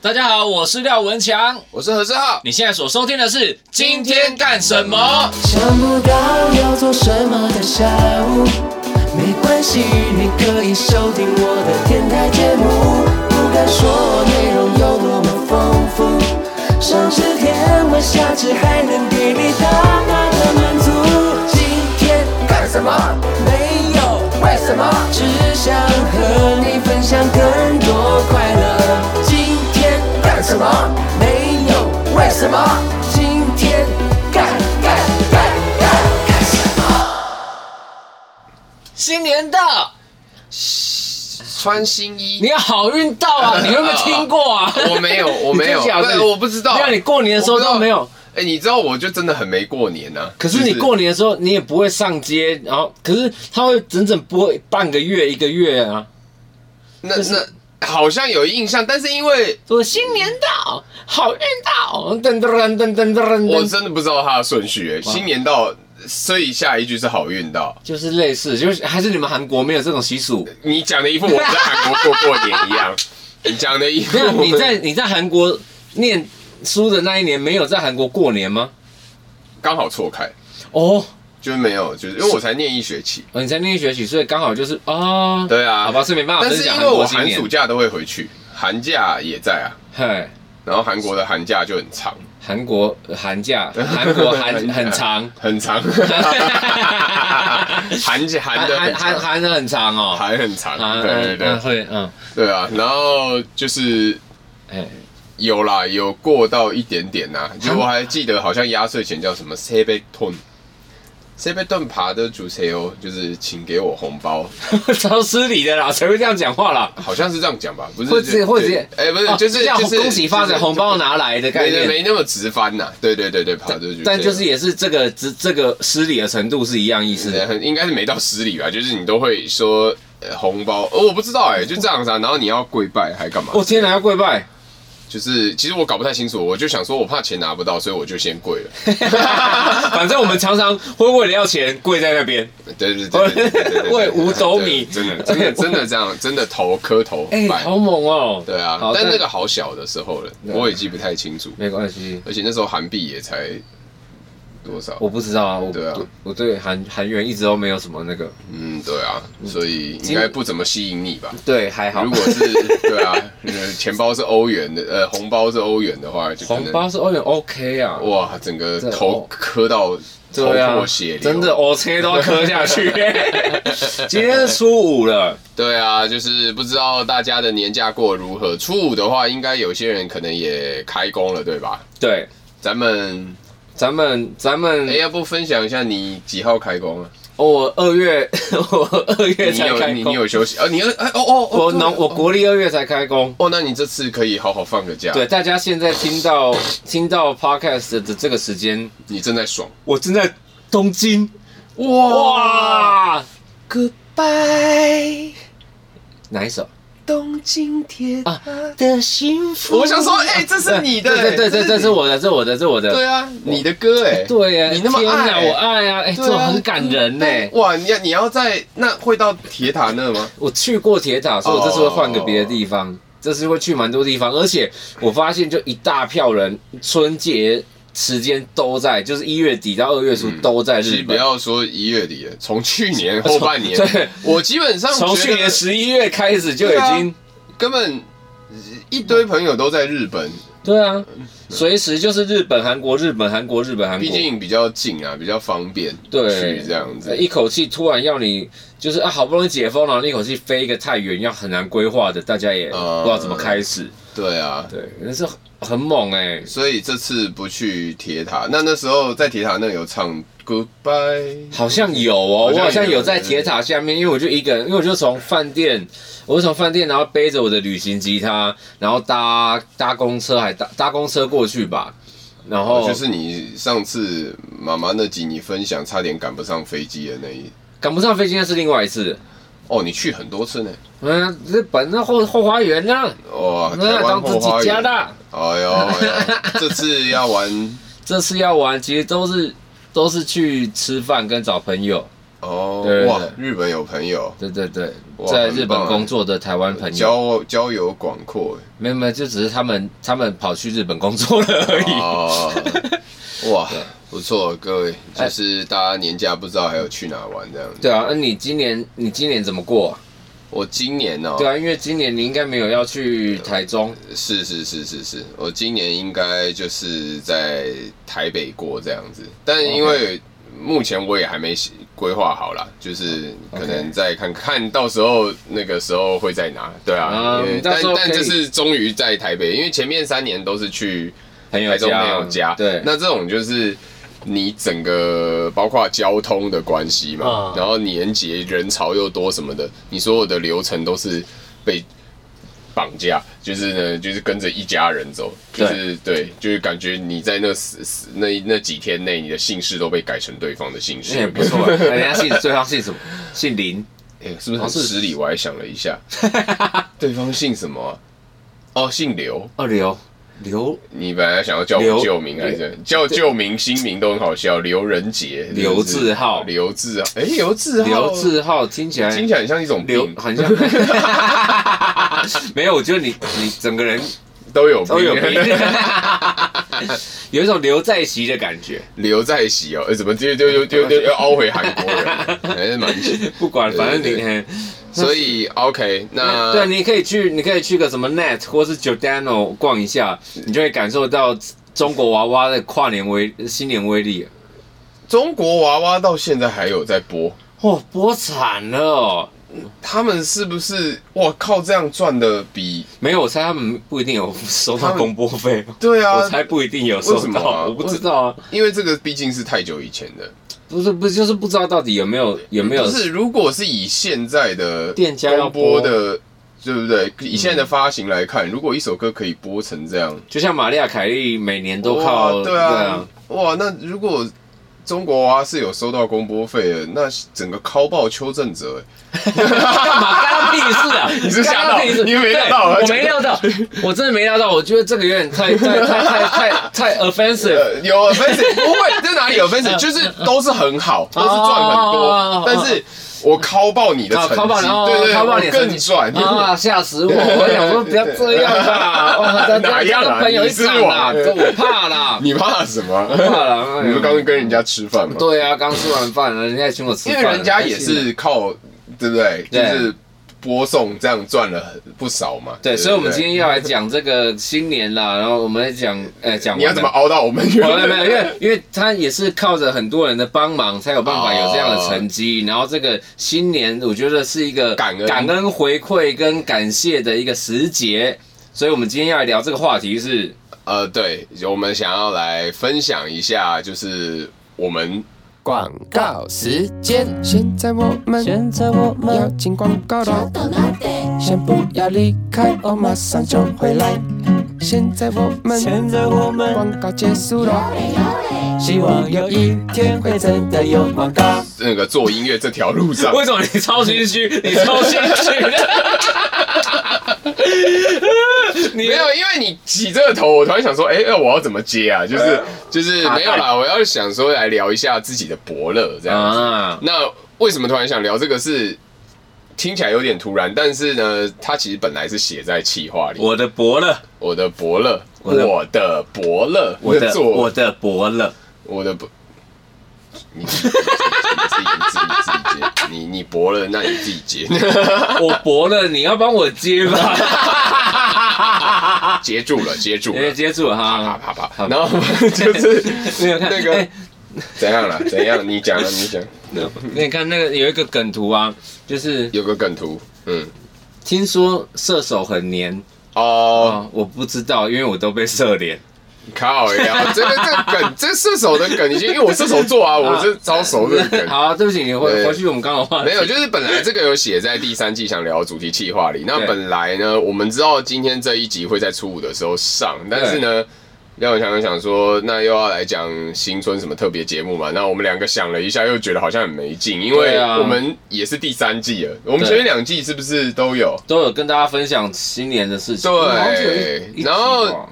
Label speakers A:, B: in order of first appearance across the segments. A: 大家好，我是廖文强。
B: 我是何志浩。
A: 你现在所收听的是《今天干什么》。
C: 想不到要做什么的下午，没关系，你可以收听我的电台节目。不敢说内容有多么丰富，上知天文下知海，能给你大大的满足。今天干什么？没有为什么，只想和你分享更多快乐。今天干什么？没有为什么，今天干干干干干什么？
A: 新年到，
B: 穿新衣，
A: 你要好运到 啊！你有没有听过啊？
B: 我没有，我没有，
A: 你真假的
B: 对我不知道。
A: 没有，你过年的时候都没有。
B: 哎、你知道我就真的很没过年呐、啊。
A: 可是你过年的时候，你也不会上街，然后可是他会整整播半个月、一个月啊。
B: 就是那那好像有印象，但是因为
A: 说新年到，好运到，噔噔噔噔噔噔
B: 我
A: 噔，
B: 真的不知道它的顺序、哎，新年到，所以下一句是好运到。
A: 就是类似，就是还是你们韩国没有这种习 俗。
B: 你讲的一副我在韩国过过年一样，你讲的一副
A: 没有，你在你在韩国念书的那一年，没有在韩国过年吗？
B: 刚好错开，
A: 哦，
B: 就是没有，就是因为我才念一学期。
A: 哦你在念一学期，所以刚好就是哦，
B: 对啊，
A: 好吧，是没办法
B: 但
A: 分
B: 是
A: 享
B: 因
A: 韩
B: 为我
A: 国新
B: 寒
A: 年
B: 暑。假都会回去，寒假也在啊，
A: 嘿，
B: 然后韩国的寒假就很长。
A: 韩国呃寒 假，韩国寒很长，
B: 很 长，韩假
A: 韩
B: 韩的
A: 韩韩
B: 很长，
A: 韩的很长哦，
B: 韩很长，
A: 韩
B: 对对
A: 嗯
B: 对
A: 会嗯，
B: 对啊。然后就是
A: 哎，
B: 有啦，有过到一点点呐、就我还记得好像压岁钱叫什么 s e b e t o n s e b e t o n 爬的主持哦，就是请给我红包，
A: 超失礼的啦，谁会这样讲话啦？
B: 好像是这样讲吧？不是，
A: 或者
B: 就
A: 或者
B: 对哎，不是，就是
A: 要
B: 就是
A: 哦恭喜发财，
B: 就是
A: 红包拿来的概
B: 没没
A: 念，
B: 没那么直翻呐。对对对对，爬的主持，
A: 但就是也是这个这这个失礼的程度是一样意思的。
B: 很应该是没到十里吧，就是你都会说、呃、红包，哦，我不知道哎、就这样子啊。然后你要跪拜还干嘛？
A: 我天哪，要跪 拜！
B: 就是其实我搞不太清楚，我就想说我怕钱拿不到，所以我就先跪了。
A: 反正我们常常会为了要钱跪在那边。
B: 对对对对对对对，
A: 喂五斗米
B: 对真的真的真的这样，真的头磕头
A: 哎，
B: 拜。
A: 好猛哦！
B: 对啊
A: 好，啊
B: 但那个好小的时候了，我也记不太清楚，
A: 没关系，
B: 而且那时候韩币也才多少？
A: 我不知道啊，我
B: 对啊
A: 我对韩韩元一直都没有什么那个，
B: 嗯，对啊，所以应该不怎么吸引你吧？
A: 对，还好
B: 如。果是对啊，呃钱包是欧元的，呃，红包是欧元的话，就可
A: 红
B: 能
A: 包是欧元 OK 啊，
B: 哇，整个
A: 这
B: 头
A: 哦
B: 磕到头
A: 对啊
B: 破血，流，哦
A: 真的，我车都要磕下去。 今天是初五了，
B: 对啊，就是不知道大家的年假过得如何。初五的话，应该有些人可能也开工了，对吧？
A: 对，
B: 咱们
A: 咱们咱们
B: 哎、要不分享一下你几号开工啊？
A: 哦我二月 我二月
B: 你
A: 才
B: 有
A: 开
B: 你你
A: 工，
B: 有休息啊？你哎哦哦，哦
A: 我
B: 对
A: 农我国历二月才开工。
B: 哦，那你这次可以好好放个假，
A: 对，，大家现在听到听到 podcast 的这个时间，
B: 你正在爽
A: 我正在东京。
B: 哇！
A: 哇，
C: Goodbye，
A: 哪一首？
C: 东京铁塔
A: 啊
C: 的幸福。
B: 我想说，哎、这是你的、
A: 对对对对，这
B: 你
A: 是我的，这是我的，这是我的。
B: 对啊，你的歌哎、
A: 对呀，
B: 你那么
A: 天哪
B: 爱
A: 我爱啊！哎，这
B: 对啊
A: 种很感人呢。
B: 哇，你要你要在那会到铁塔那吗？
A: 我去过铁塔，
B: 哦
A: 所以我这次会换个别的地方，这次会去蛮多地方，而且我发现就一大票人，春节时间都在，就是一月底到二月初都在
B: 其
A: 日
B: 实嗯不
A: 本。
B: 要说一月底了，从去年后半年，
A: 对
B: 我基本上
A: 从去年
B: 觉
A: 十一月开始就已
B: 对啊
A: 经，
B: 得根本一堆朋友都在日本，
A: 对啊，随时就是日本、韩国、日本、韩国、日本、韩国，
B: 毕竟比较近啊，比较方便
A: 对哎
B: 去这样子。
A: 一口气突然要你就是啊，好不容易解封了，然后一口气飞一个太远，要很难规划的，大家也
B: 呃
A: 不知道怎么开始。
B: 对啊，
A: 对，那是很猛哎、
B: 所以这次不去铁塔，那那时候在铁塔那有唱 Goodbye，
A: 好像有哦，我
B: 好像有
A: 好像有在铁塔下面，因为我就一个人，因为我就从饭店，我就从饭店，然后背着我的旅行吉他，然后搭搭公车，还搭搭公车过去吧。然后
B: 哦就是你上次妈妈那集你分享差点赶不上飞机的那一，
A: 赶不上飞机，那是另外一次。
B: 哦，你去很多次呢，
A: 嗯，日本那后后花园呢？
B: 哇，
A: 那
B: 啊台
A: 当
B: 湾
A: 自
B: 后花
A: 己家
B: 园，
A: 的。
B: 哎呦，哎呦这次要玩
A: 这次要玩，其实都是都是去吃饭跟找朋友。
B: 哦
A: 对对，
B: 哇
A: 对，
B: 日本有朋友，
A: 对对对，
B: 哇
A: 在日
B: 很棒
A: 本
B: 哎
A: 工作的台湾朋友，
B: 交交友广阔
A: 没有没有，就只是他们他们跑去日本工作了而已。
B: 哦，哇，不错，各位，就是大家年假不知道还有去哪玩这样子。
A: 哎对啊，那你今年你今年怎么过、啊？
B: 我今年哦呢、
A: 对啊，因为今年你应该没有要去台中，
B: 是是是是是，我今年应该就是在台北过这样子，但因为目前我也还没规划好啦，就是可能
A: OK
B: 再看看到时候那个时候会在哪，对啊，
A: 嗯
B: 因为
A: 到
B: 但
A: 时候
B: 但
A: 可以
B: 这是终于在台北，因为前面三年都是去
A: 朋友
B: 台中
A: 家，
B: 朋友家，
A: 对，
B: 那这种就是。你整个包括交通的关系嘛，
D: 嗯
B: 然后年节人潮又多什么的，你所有的流程都是被绑架，就是呢，就是跟着一家人走，就是对，就是感觉你在那四四那那几天内，你的姓氏都被改成对方的姓氏，
A: 那也不错啊。 人家姓对方姓什么？姓林，
B: 哎是不是很失礼？我还想了一下，对方姓什么啊、哦，姓刘。
A: 哦刘刘
B: 你本来想要叫
A: 刘
B: 我旧名还是怎样叫旧名、新名都很好笑，刘仁杰、
A: 刘志浩
B: 刘志浩，哎，刘志浩，
A: 刘志浩听起来
B: 听起来很像一种
A: 刘
B: 病，
A: 很像，没有，我觉得你你整个人
B: 都哦 有
A: 都有病，有一种刘在熙的感觉。
B: 刘在熙哦，哎怎么丢丢丢丢丢又凹回韩国人， 还是蛮
A: 不管，反正你
B: 对
A: 嘿
B: 所以 OK，那
A: 对，啊你可以去，你可以去个什么 Net 或是 Giordano 逛一下，你就会感受到中国娃娃的跨年威新年威力。
B: 中国娃娃到现在还有在播，
A: 哦，播惨了哦！
B: 他们是不是哇靠这样赚的比
A: 没有，我猜他们不一定有收
B: 他
A: 到
B: 们
A: 公播费，
B: 对啊
A: 我？猜不一定有收
B: 为什么
A: 到，
B: 啊
A: 我不知道啊，
B: 因为这个毕竟是太久以前的，
A: 不是不是就是不知道到底有没有有没有
B: 不是如果是以现在的
A: 店家要
B: 公
A: 播
B: 播
A: 嗯
B: 的。对不对？以现在的发行来看，如果一首歌可以播成这样，
A: 就像玛利亚凯莉每年都靠
B: 哇对啊，哇，那如果中国娃娃是有收到公播费的，那整个敲爆邱正哲，哎
A: 干嘛干他屁事啊？你
B: 是吓到 你没料到啊
A: 我没料到，我真的没料到，我觉得这个有点太太太太太太 offensive。
B: 呃，有 offensive，不 会，在哪里 有 offensive？就是都是很
A: 啊
B: 好，都是赚很
A: 哦哦哦哦
B: 多
A: 哦，
B: 但是我敲爆你的
A: 啊
B: 成绩，
A: 考爆你哦
B: 对对，
A: 考爆你
B: 我
A: 的成
B: 更
A: 绩
B: 赚。
A: 啊！吓死我！我想说不要这样啦，哇，这
B: 哪
A: 这
B: 样啊
A: 这朋友一场啦，
B: 你是
A: 这
B: 我
A: 我怕啦，
B: 你怕什么？
A: 啊怕啦！哎
B: 你
A: 呦
B: 们刚刚跟人家吃饭嘛，
A: 对啊，刚吃完饭，人家请我吃
B: 因
A: 饭，
B: 为人家也是靠，对不对？就
A: 啊对
B: 是播送这样赚了不少嘛。
A: 对，
B: 不
A: 所以我们今天要来讲这个新年啦，然后我们来讲，哎，讲完
B: 你要
A: 了哦
B: 怎么熬到我们去？
A: 没有没有，因为因为他也是靠着很多人的帮忙，才有办法有这样的成绩。然后这个新年，我觉得是一个
B: 哦感恩
A: 感恩回馈跟感谢的一个时节。所以，我们今天要来聊这个话题是，
B: 呃，对，我们想要来分享一下，就是我们
C: 广告时间，现在我们
E: 现在我
C: 要
E: 们
C: 进广告了，先不要离开，我马上就回来。现在我们
E: 现在我们
C: 广告结束了，
E: 希望有一天会真的有广告。
B: 那个做音乐这条路上，
A: 为什么你超心 虚？你超心虚的。你
B: 没有，因为你起这个头，我突然想说，哎、那我要怎么接啊？就是
A: 呃
B: 就是没有啦，我要想说来聊一下自己的伯乐这样子。
A: 啊，
B: 那为什么突然想聊这个是？听起来有点突然，但是呢，它其实本来是写在企划里。我
A: 我的伯乐，
B: 的伯乐，
A: 我的
B: 我的伯乐，
A: 我的
B: 做
A: 我的伯乐，
B: 我的不，你自己接你自己你自己接，你你伯乐，那你自己 接，
A: 我伯乐，你要帮我接吧？
B: 接住了，接住
A: 哎
B: 了，
A: 接住了
B: 啪
A: 哈，
B: 啪啪，然后就是
A: 没有看
B: 那个
A: 哎
B: 怎样了？怎样？你讲啊，你讲。
A: 那你看那个有一个梗图啊，就是
B: 有个梗图，嗯，
A: 听说射手很黏
B: 哦，
A: 哦，我不知道，因为我都被射脸。
B: 靠呀，这个这个梗，这射手的梗已经，因为我射手座啊，我是超熟这个 梗。
A: 好，啊对不起，你回
B: 对
A: 回去我们刚刚的话题
B: 没有，就是本来这个有写在第三季想聊的主题企划里。那
A: 对
B: 本来呢，我们知道今天这一集会在初五的时候上，但是呢，廖永强想说，那又要来讲新春什么特别节目嘛？那我们两个想了一下，又觉得好像很没劲，因为
A: 对啊
B: 我们也是第三季了，我们前面两季是不是都有？
A: 都有跟大家分享新年的事情。
B: 对
A: 我好像有一一集
B: 然后
A: 吧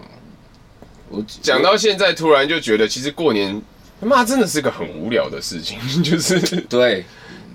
A: 我
B: 讲到现在，突 然就觉得其实过年他妈真的是个很无聊的事情，就是
A: 对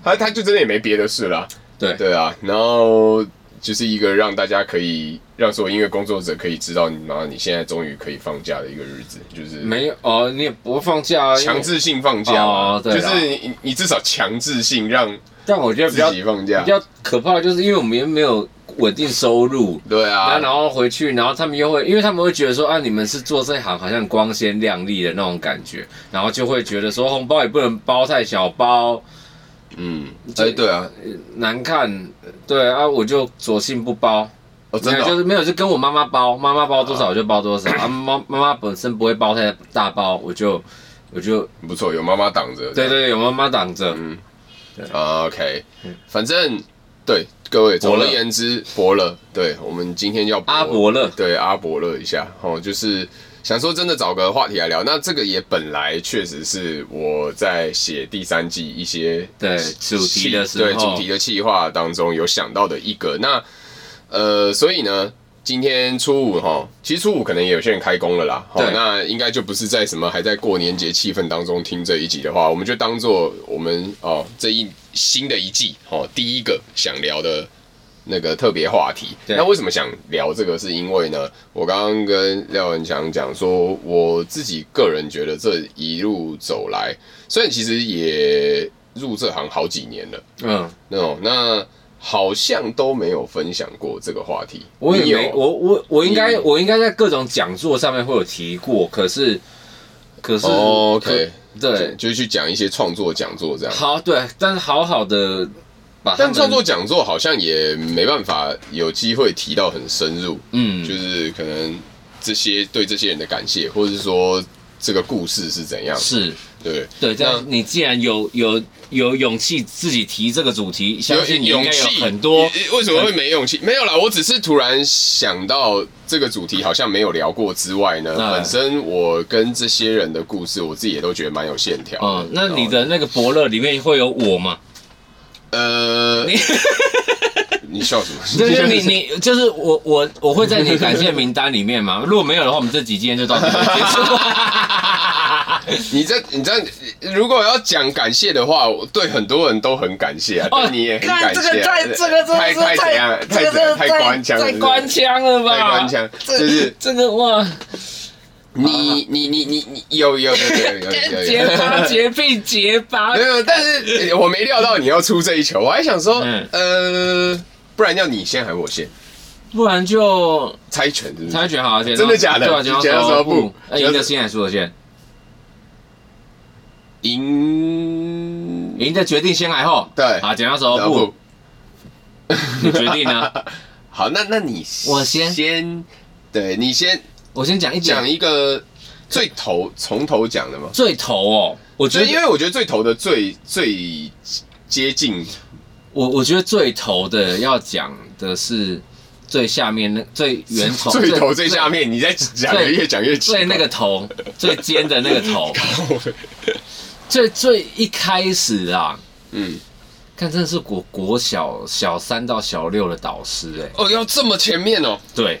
B: 他他就真的也没别的事啦。
A: 对
B: 对啊，然后就是一个让大家可以让所有音乐工作者可以知道你，然后你现在终于可以放假的一个日子，就是
A: 没有哦，你也不会放假啊，因为
B: 强。制性放假嘛，
A: 哦对
B: 就
A: 啦
B: 是你你至少强制性让
A: 但我觉得比较
B: 自己放假
A: 比。较可怕，的就是因为我们也没有稳定收入。
B: 对啊，
A: 然后，然后回去，然后他们又会，因为他们会觉得说啊，你们是做这一行好像光鲜亮丽的那种感觉，然后就会觉得说红包也不能包太小包，
B: 嗯，哎，对啊，
A: 难看。对啊，我就索性不包，
B: 哦，真的
A: 没有
B: 哦
A: 就是没有，就跟我妈妈包，妈妈包多少我就包多少。啊，妈妈妈本身不会包太大包，我就我就
B: 不错，有妈妈挡着。
A: 对对对，有妈妈挡着。
B: 嗯啊，OK，反
A: 嗯
B: 正对各位，总而言之，伯乐，对我们今天要
A: 阿伯乐
B: 对阿伯乐一下哦，就是想说真的找个话题来聊。那这个也本来确实是我在写第三季一些
A: 对主题的时候
B: 对主题的企划当中有想到的一个。那呃，所以呢。今天初五哈，其实初五可能也有些人开工了啦。哦
A: 对，
B: 那应该就不是在什么还在过年节气氛当中听这一集的话，我们就当做我们哦这一新的一季哦第一个想聊的那个特别话题。
A: 对
B: 那为什么想聊这个？是因为呢，我刚刚跟廖文强讲说，我自己个人觉得这一路走来，虽然其实也入这行好几年了，
A: 嗯，
B: 那种那好像都没有分享过这个话题。
A: 我
B: 你
A: 也
B: 有
A: 没，我我我应该
B: 你
A: 我应该在各种讲座上面会有提过，可是可是、
B: 哦
A: 可
B: OK，
A: 对，
B: 就是去讲一些创作讲座这样。
A: 好对，但是好好的把他
B: 但
A: 们
B: 创作讲座好像也没办法有机会提到很深入，
A: 嗯
B: 就是可能这些对这些人的感谢，或者是说这个故事是怎样，
A: 是
B: 对不对？
A: 对，这样你既然有有有勇气自己提这个主题，相信你应
B: 勇
A: 该有
B: 气
A: 很多
B: 你为什么会没勇气？没有啦，我只是突然想到这个主题好像没有聊过之外呢，
A: 哎
B: 本身我跟这些人的故事，我自己也都觉得蛮有线条的。
A: 嗯，那你的那个伯乐里面会有我 吗？
B: 呃，
A: 嗯你
B: 你 笑什么？
A: 就是你你就是我我我会在你感谢名单里面嘛，如果没有的话，我们这集今天就到这里结束。
B: 你这你这样，如果要讲感谢的话，我对很多人都很感谢啊，
A: 哦
B: 对你也很
A: 看
B: 感
A: 这
B: 谢
A: 个
B: 啊、
A: 太这个真的
B: 太
A: 是
B: 太怎样？
A: 这
B: 太
A: 个
B: 怎
A: 真的
B: 样？太官腔了
A: 太
B: 是不是，
A: 官腔了吧？
B: 太官腔，
A: 这
B: 就是
A: 这个哇，
B: 你你你你你有有有有有有
A: 结
B: 有。
A: 巴结必结巴
B: 没，有，但是我没料到你要出这一球，我还想说，
A: 嗯
B: 呃，不然要你先还是我先？
A: 不然就
B: 猜拳是不
A: 猜
B: 是？
A: 拳好了，剪刀
B: 真的假的
A: 对啊，剪刀
B: 剪刀
A: 石
B: 石头
A: 头
B: 布
A: 布，哎赢的先还是输的先？
B: 赢
A: 赢的决定先还后？
B: 对
A: 啊，剪刀石头布，你决定 呢？
B: 好，那那你
A: 我先
B: 先，对你先
A: 我先讲一
B: 讲
A: 讲
B: 一个最头从头讲的嘛，
A: 最头哦，我觉
B: 就是
A: 得
B: 因为我觉得最头的最最接近
A: 我我觉得最头的要讲的是最下面那最源头
B: 最头最下面，你在讲的
A: 最
B: 越讲越奇怪
A: 最那个头最尖的那个 头，最最一开始啦，
B: 嗯，
A: 看真的是国国小小三到小六的导师哎、
B: 哦，要这么前面哦。
A: 对，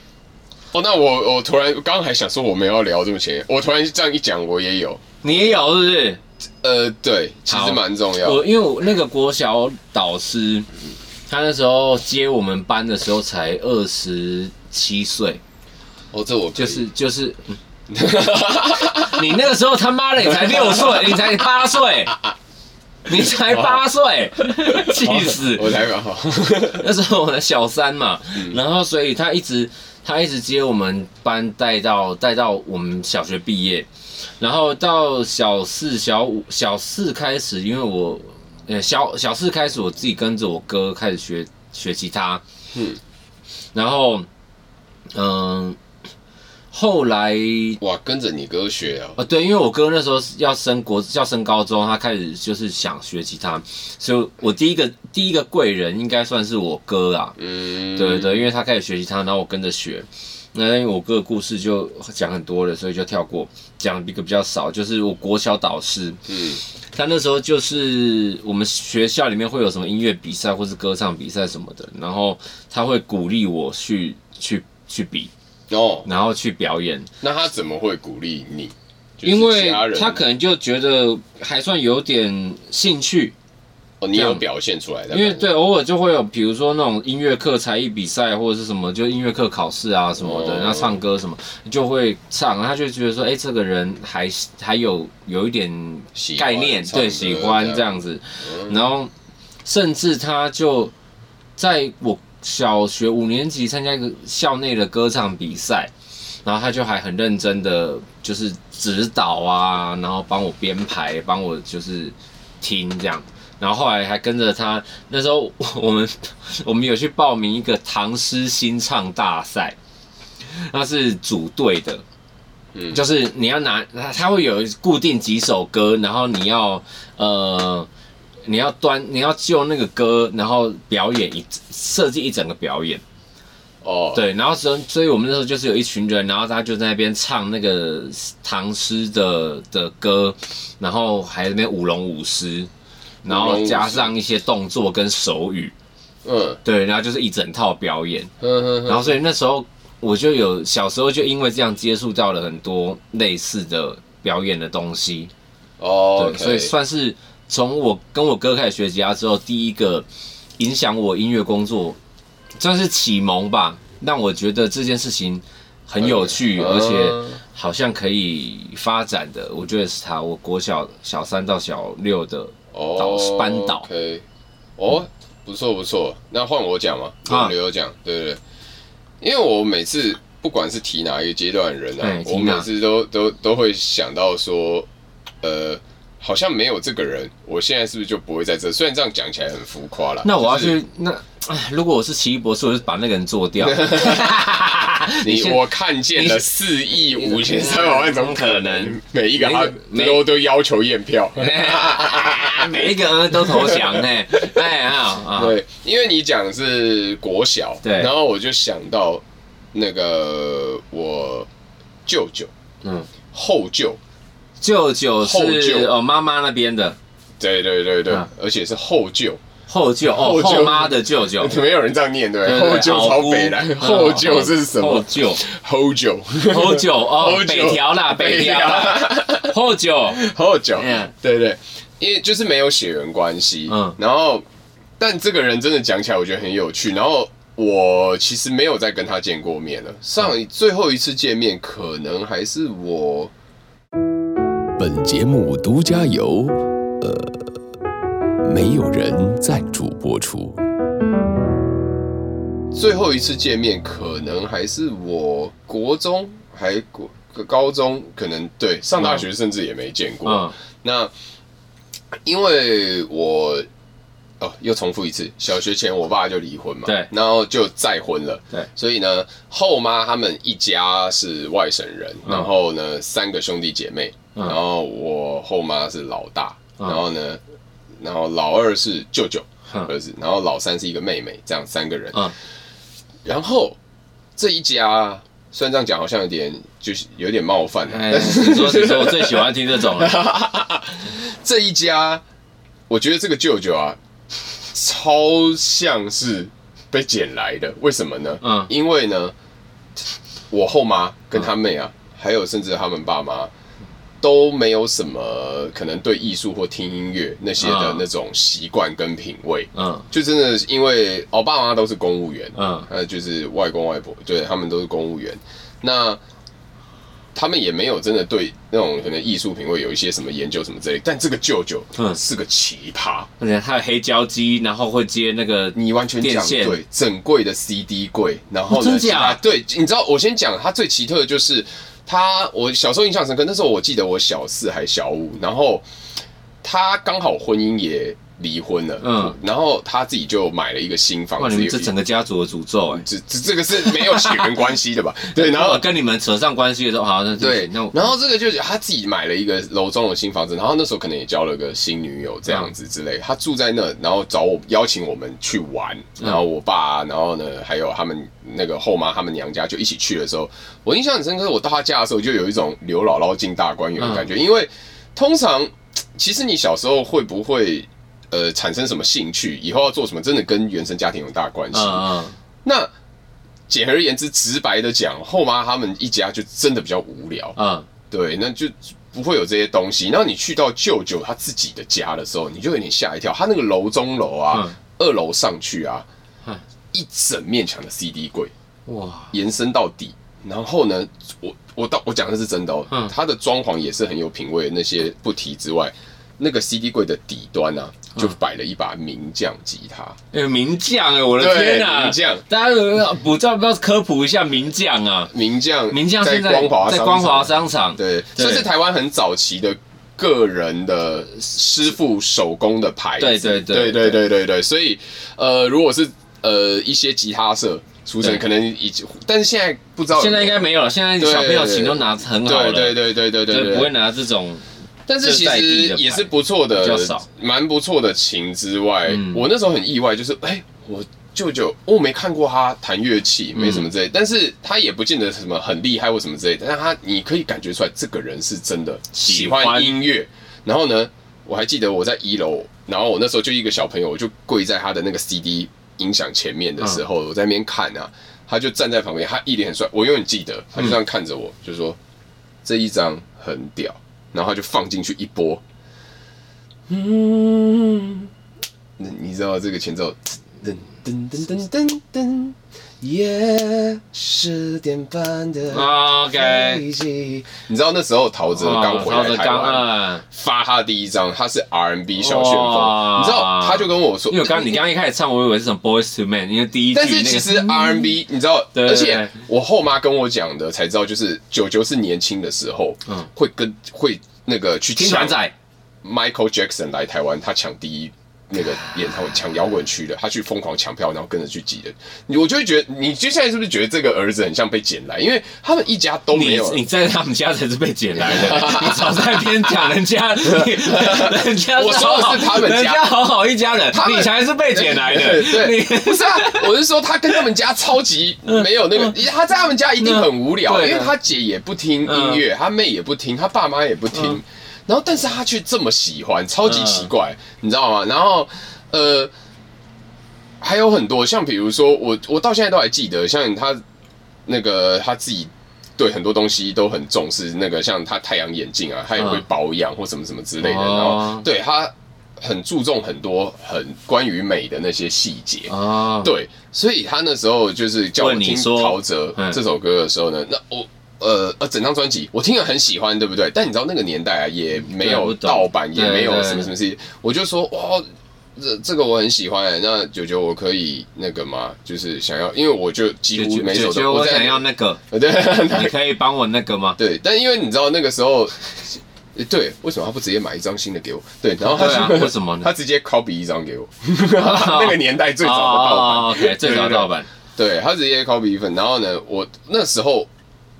B: 哦，那我我突然刚刚还想说我们要聊这么前面，我突然这样一讲，我也有，
A: 你也有是不是？
B: 呃，对，其实
A: 好
B: 蛮重要的。
A: 我因为我那个国小导师，他那时候接我们班的时候才二十七岁，
B: 哦，这我可以
A: 就是就是，嗯你那个时候他妈的你才六岁，你才八岁，你才八岁，气死！
B: 我才刚好，
A: 那时候我的小三嘛，然后所以他一直他一直接我们班带到带到我们小学毕业，然后到小四小五小四开始，因为我呃小小四开始我自己跟着我哥开始学学吉他，
B: 嗯
A: 嗯，然后嗯、后来
B: 哇，跟着你哥学啊，
A: 啊，对，因为我哥那时候是要升国要升高中，他开始就是想学吉他，所以我第一个第一个贵人应该算是我哥啊，
B: 嗯，
A: 对对，对，因为他开始学习他，然后我跟着学。那因为我哥的故事就讲很多了，所以就跳过，讲一个比较少，就是我国小导师，
B: 嗯
A: 他那时候就是我们学校里面会有什么音乐比赛或是歌唱比赛什么的，然后他会鼓励我去去去比，
B: 哦，
A: 然后去表演，
B: 那他怎么会鼓励你？就是
A: 因为
B: 家人
A: 他可能就觉得还算有点兴趣，
B: 哦，你有表现出来的感
A: 因
B: 觉，
A: 为对，偶尔就会有，比如说那种音乐课才艺比赛或者是什么，就音乐课考试啊什么的，
B: 哦
A: 那唱歌什么就会唱，他就觉得说，哎、这个人还还有有一点
B: 喜欢
A: 概念，
B: 唱
A: 对，
B: 歌
A: 喜欢
B: 这样
A: 这样子，
B: 嗯
A: 然后甚至他就在我小学五年级参加一个校内的歌唱比赛。然后他就还很认真的，就是指导啊，然后帮我编排，帮我就是听这样。然后后来还跟着他，那时候我我们我们有去报名一个唐诗新唱大赛，那是组队的，
B: 嗯
A: 就是你要拿，他他会有固定几首歌，然后你要呃。你要端，你要就那个歌，然后表演一设计一整个表演，
B: 哦，
A: 对，然后所以所以我们那时候就是有一群人，然后他就在那边唱那个唐诗的的歌，然后还在那边舞龙舞狮，然
B: 舞龙
A: 后
B: 舞狮
A: 加上一些动作跟手语，
B: 嗯，
A: 对，然后就是一整套表演。
B: 嗯哼
A: 然
B: 哼，
A: 后所以那时候我就有小时候就因为这样接触到了很多类似的表演的东西，
B: 哦
A: 对，，所
B: 所
A: 以
B: 以
A: 算是从我跟我哥开始学吉他之后，第一个影响我音乐工作，算是启蒙吧，让我觉得这件事情很有趣，
B: 嗯
A: 而且
B: 嗯
A: 好像可以发展的。我觉得是他，我国小小三到小六的导
B: 哦
A: 师，班导
B: OK，哦，不错不错，那换我讲嘛，
A: 啊
B: 轮流讲，对对对，因为我每次不管是提哪一个阶段的人啊
A: 哎，
B: 我
A: 提哪
B: 每次都都都会想到说，呃。好像没有这个人，我现在是不是就不会在这？虽然这样讲起来很浮夸啦。
A: 那我要
B: 就是
A: 去那，唉如果我是奇异博士，我就把那个人做 掉。你
B: 你
A: 先
B: 我看见了
A: 你
B: 四亿五千三百万，怎么可能？ 每一个
A: 每一
B: 他
A: 个每
B: 都都要求验票。
A: 每一个人都投降 呢、哎啊啊！
B: 对，因为你讲的是国小，
A: 对
B: 然后我就想到那个我舅舅，
A: 嗯，
B: 后舅，
A: 舅舅
B: 后舅
A: 是哦妈妈那边的
B: 对对对对
A: 啊，
B: 而且是后舅，
A: 后舅
B: 后
A: 哦
B: 舅
A: 后妈的舅舅，
B: 没有人这样念对不对，
A: 对
B: 后舅
A: 好
B: 朝
A: 姑
B: 北来，
A: 嗯
B: 后舅是什
A: 后
B: 么？
A: 舅
B: 后舅，
A: 后舅哦
B: 后舅
A: 北条 啦北条啦后舅
B: 后脚，
A: 嗯
B: 对对，因为就是没有血缘关系，嗯
A: 嗯，
B: 然后但这个人真的讲起来我觉得很有趣，然后我其实没有再跟他见过面了，上一最后一次见面可能还是我。
D: 本节目独家由呃没有人赞助播出。
B: 最后一次见面可能还是我国中还国高中，可能对上大学甚至也没见过。
A: 嗯
B: 那因为我哦，又重复一次，小学前我爸就离婚嘛，
A: 对
B: 然后就再婚了，
A: 对
B: 所以呢，后妈他们一家是外省人，
A: 嗯
B: 然后呢三个兄弟姐妹，
A: 嗯
B: 然后我后妈是老大，
A: 嗯
B: 然后呢，然后老二是舅舅
A: 嗯
B: 儿子，然后老三是一个妹妹，这样三个人，
A: 嗯
B: 然后这一家。虽然这样讲好像有点就是有点冒犯啊，
A: 哎
B: 但是
A: 你说你说我最喜欢听这种了
B: 这一家，我觉得这个舅舅啊，超像是被捡来的。为什么呢？
A: 嗯
B: 因为呢，我后妈跟他妹
A: 嗯
B: 啊，还有甚至他们爸妈。都没有什么可能对艺术或听音乐那些的
A: 嗯
B: 那种习惯跟品味，
A: 嗯
B: 就真的是因为我爸妈都是公务员，
A: 嗯
B: 呃，就是外公外婆，对他们都是公务员。那他们也没有真的对那种可能艺术品味有一些什么研究什么之类，但这个舅舅
A: 嗯
B: 是个奇葩，
A: 而且他有黑胶机，然后会接那个
B: 你完全
A: 电
B: 讲
A: 线
B: 对，整柜的 CD 柜，然
A: 哦
B: 后呢，
A: 真
B: 其
A: 假
B: 他对，你知道我先讲他最奇特的就是他，我小时候印象深刻，那时候我记得我小四还小五，然后他刚好婚姻也离婚了，嗯
A: 嗯，
B: 然后他自己就买了一个新房
A: 哇
B: 子，
A: 你们
B: 有
A: 这
B: 一
A: 整个家族的诅咒哎。
B: 哦这这这个是没有血缘关系的 吧？对，然
A: 然
B: 后
A: 后跟你们扯上关系的时候，好，那就
B: 对，
A: 那我
B: 然后这个就是他自己买了一个楼中的新房子，然后那时候可能也交了个新女友这样子之类，他住在那，然后找我邀请我们去玩，然后我爸，啊然后呢还有他们那个后妈他们娘家就一起去的时候，我印象很深刻，我到他家的时候就有一种刘姥姥进大观园的感觉，因为通常其实你小时候会不会呃产生什么兴趣，以后要做什么，真的跟原生家庭有很大关系。
A: 嗯嗯
B: 那简而言之，直白的讲，后妈他们一家就真的比较无聊。
A: 嗯
B: 对，那就不会有这些东西。然后你去到舅舅他自己的家的时候，你就有点吓一跳，他那个楼中楼啊，
A: 嗯
B: 二楼上去啊
A: 嗯，
B: 一整面墙的 CD 柜
A: 哇，
B: 延伸到底。然后呢，我我到我讲的是真的哦，
A: 嗯
B: 他的装潢也是很有品味，那些不提之外，那个 CD 柜的底端啊，就
A: 嗯
B: 摆了一把名将吉他。
A: 哎、名将哎、我的
B: 对
A: 天啊！
B: 名将
A: 大家有不知道不要科普一下名将啊？
B: 名将
A: 名将
B: 在
A: 现在
B: 光华
A: 在
B: 商
A: 光华
B: 场
A: 商场，
B: 对，
A: 对
B: 这是台湾很早期的个人的师傅手工的牌子。
A: 对对对
B: 对对对对对所以呃，如果是呃一些吉他社出身，
A: 对
B: 可能已经，但是现在不知道有
A: 现在
B: 没
A: 应
B: 有
A: 该没有了，现在小朋友琴都拿很好了，
B: 对对对对对对
A: 就
B: 对，
A: 不会拿这种
B: 但是其
A: 这在地
B: 实
A: 的牌
B: 也是不错的，
A: 比较少
B: 蛮不错的琴之外，
A: 嗯
B: 我那时候很意外，就是哎、我舅舅哦我没看过他弹乐器，
A: 嗯
B: 没什么之类，但是他也不见得什么很厉害或什么之类，但是他你可以感觉出来，这个人是真的
A: 喜
B: 喜
A: 欢
B: 欢音乐。然后呢，我还记得我在一楼，然后我那时候就一个小朋友，我就跪在他的那个 CD 音响前面的时
A: 嗯
B: 候，我在那边看啊，他就站在旁边，他一脸很帅，我永远记得，他就这样看着我，就说这一张很屌，然后他就放进去一波，嗯，你知道这个前奏，噔噔噔噔噔噔，夜十点半的
A: 啊，OK，
B: 飞机，你知道那时候陶喆嗯刚回
A: 哦陶
B: 来
A: 喆
B: 台
A: 刚
B: 湾。
A: 啊，
B: 发他的第一张，他是 R&B 小旋风，
A: 哇
B: 你知道，他就跟我说，
A: 因为我刚你刚刚一开始唱，我以为是什么 Boys to Men，因为第一句
B: 但是
A: 那个
B: 其
A: 嗯
B: 实 R&B 你知道，
A: 对对
B: 而
A: 对
B: 且我后妈跟我讲的才知道，就是九九是年轻的时候，
A: 嗯
B: 会跟会那个去
A: 听团
B: 抢
A: 仔
B: Michael Jackson 来台湾，他抢第一那个演唱会，抢摇滚区的，他去疯狂抢票，然后跟着去挤的。你我就会觉得，你就现在是不是觉得这个儿子很像被捡来？因为他们一家都没
A: 你
B: 有
A: 你在他们家才是被捡来 的，你早在边讲人家， 你人家
B: 我说的是他们家
A: 人家好好一家人，
B: 他们
A: 你才是被捡来的，
B: 对，
A: 你
B: 不是啊，我是说他跟他们家超级没有那个，他在他们家一定很无聊，
A: 嗯对嗯
B: 因为他姐也不听音乐，他妹也不听，他爸妈也不听，然后但是他却这么喜欢，超级奇怪，
A: 嗯
B: 你知道吗？然后呃，还有很多，像比如说我，我到现在都还记得，像他那个他自己对很多东西都很重视，那个像他太阳眼镜啊，他也会
A: 嗯
B: 保养或什么什么之类的，
A: 哦
B: 然后对他很注重很多很关于美的那些细节。
A: 哦，
B: 对，所以他那时候就是叫我
A: 问你
B: 听
A: 说
B: 陶喆
A: 嗯
B: 这首歌的时候呢，那我呃呃整张专辑我听了很喜欢，对不对？但你知道那个年代啊，也没
A: 对
B: 有
A: 不懂
B: 盗版，也
A: 对
B: 没有
A: 对
B: 什么什么事情，我就说哇，这这个我很喜欢、那九九我可以那个嘛，就是想要，因为我就几乎每首
A: 姐姐
B: 都
A: 我
B: 在
A: 想要那个，
B: 对
A: 你可以帮我那个吗？
B: 对，但因为你知道那个时候。对，为什么他不直接买一张新的给我？对，然后他
A: 对啊
B: 就
A: 为什么呢
B: 他直接 copy 一 张给我，那个年代最早的
A: 哦
B: 盗版。
A: 哦哦，OK，最早的盗 版，
B: 对他直接 copy 一份，然后呢，我那时候，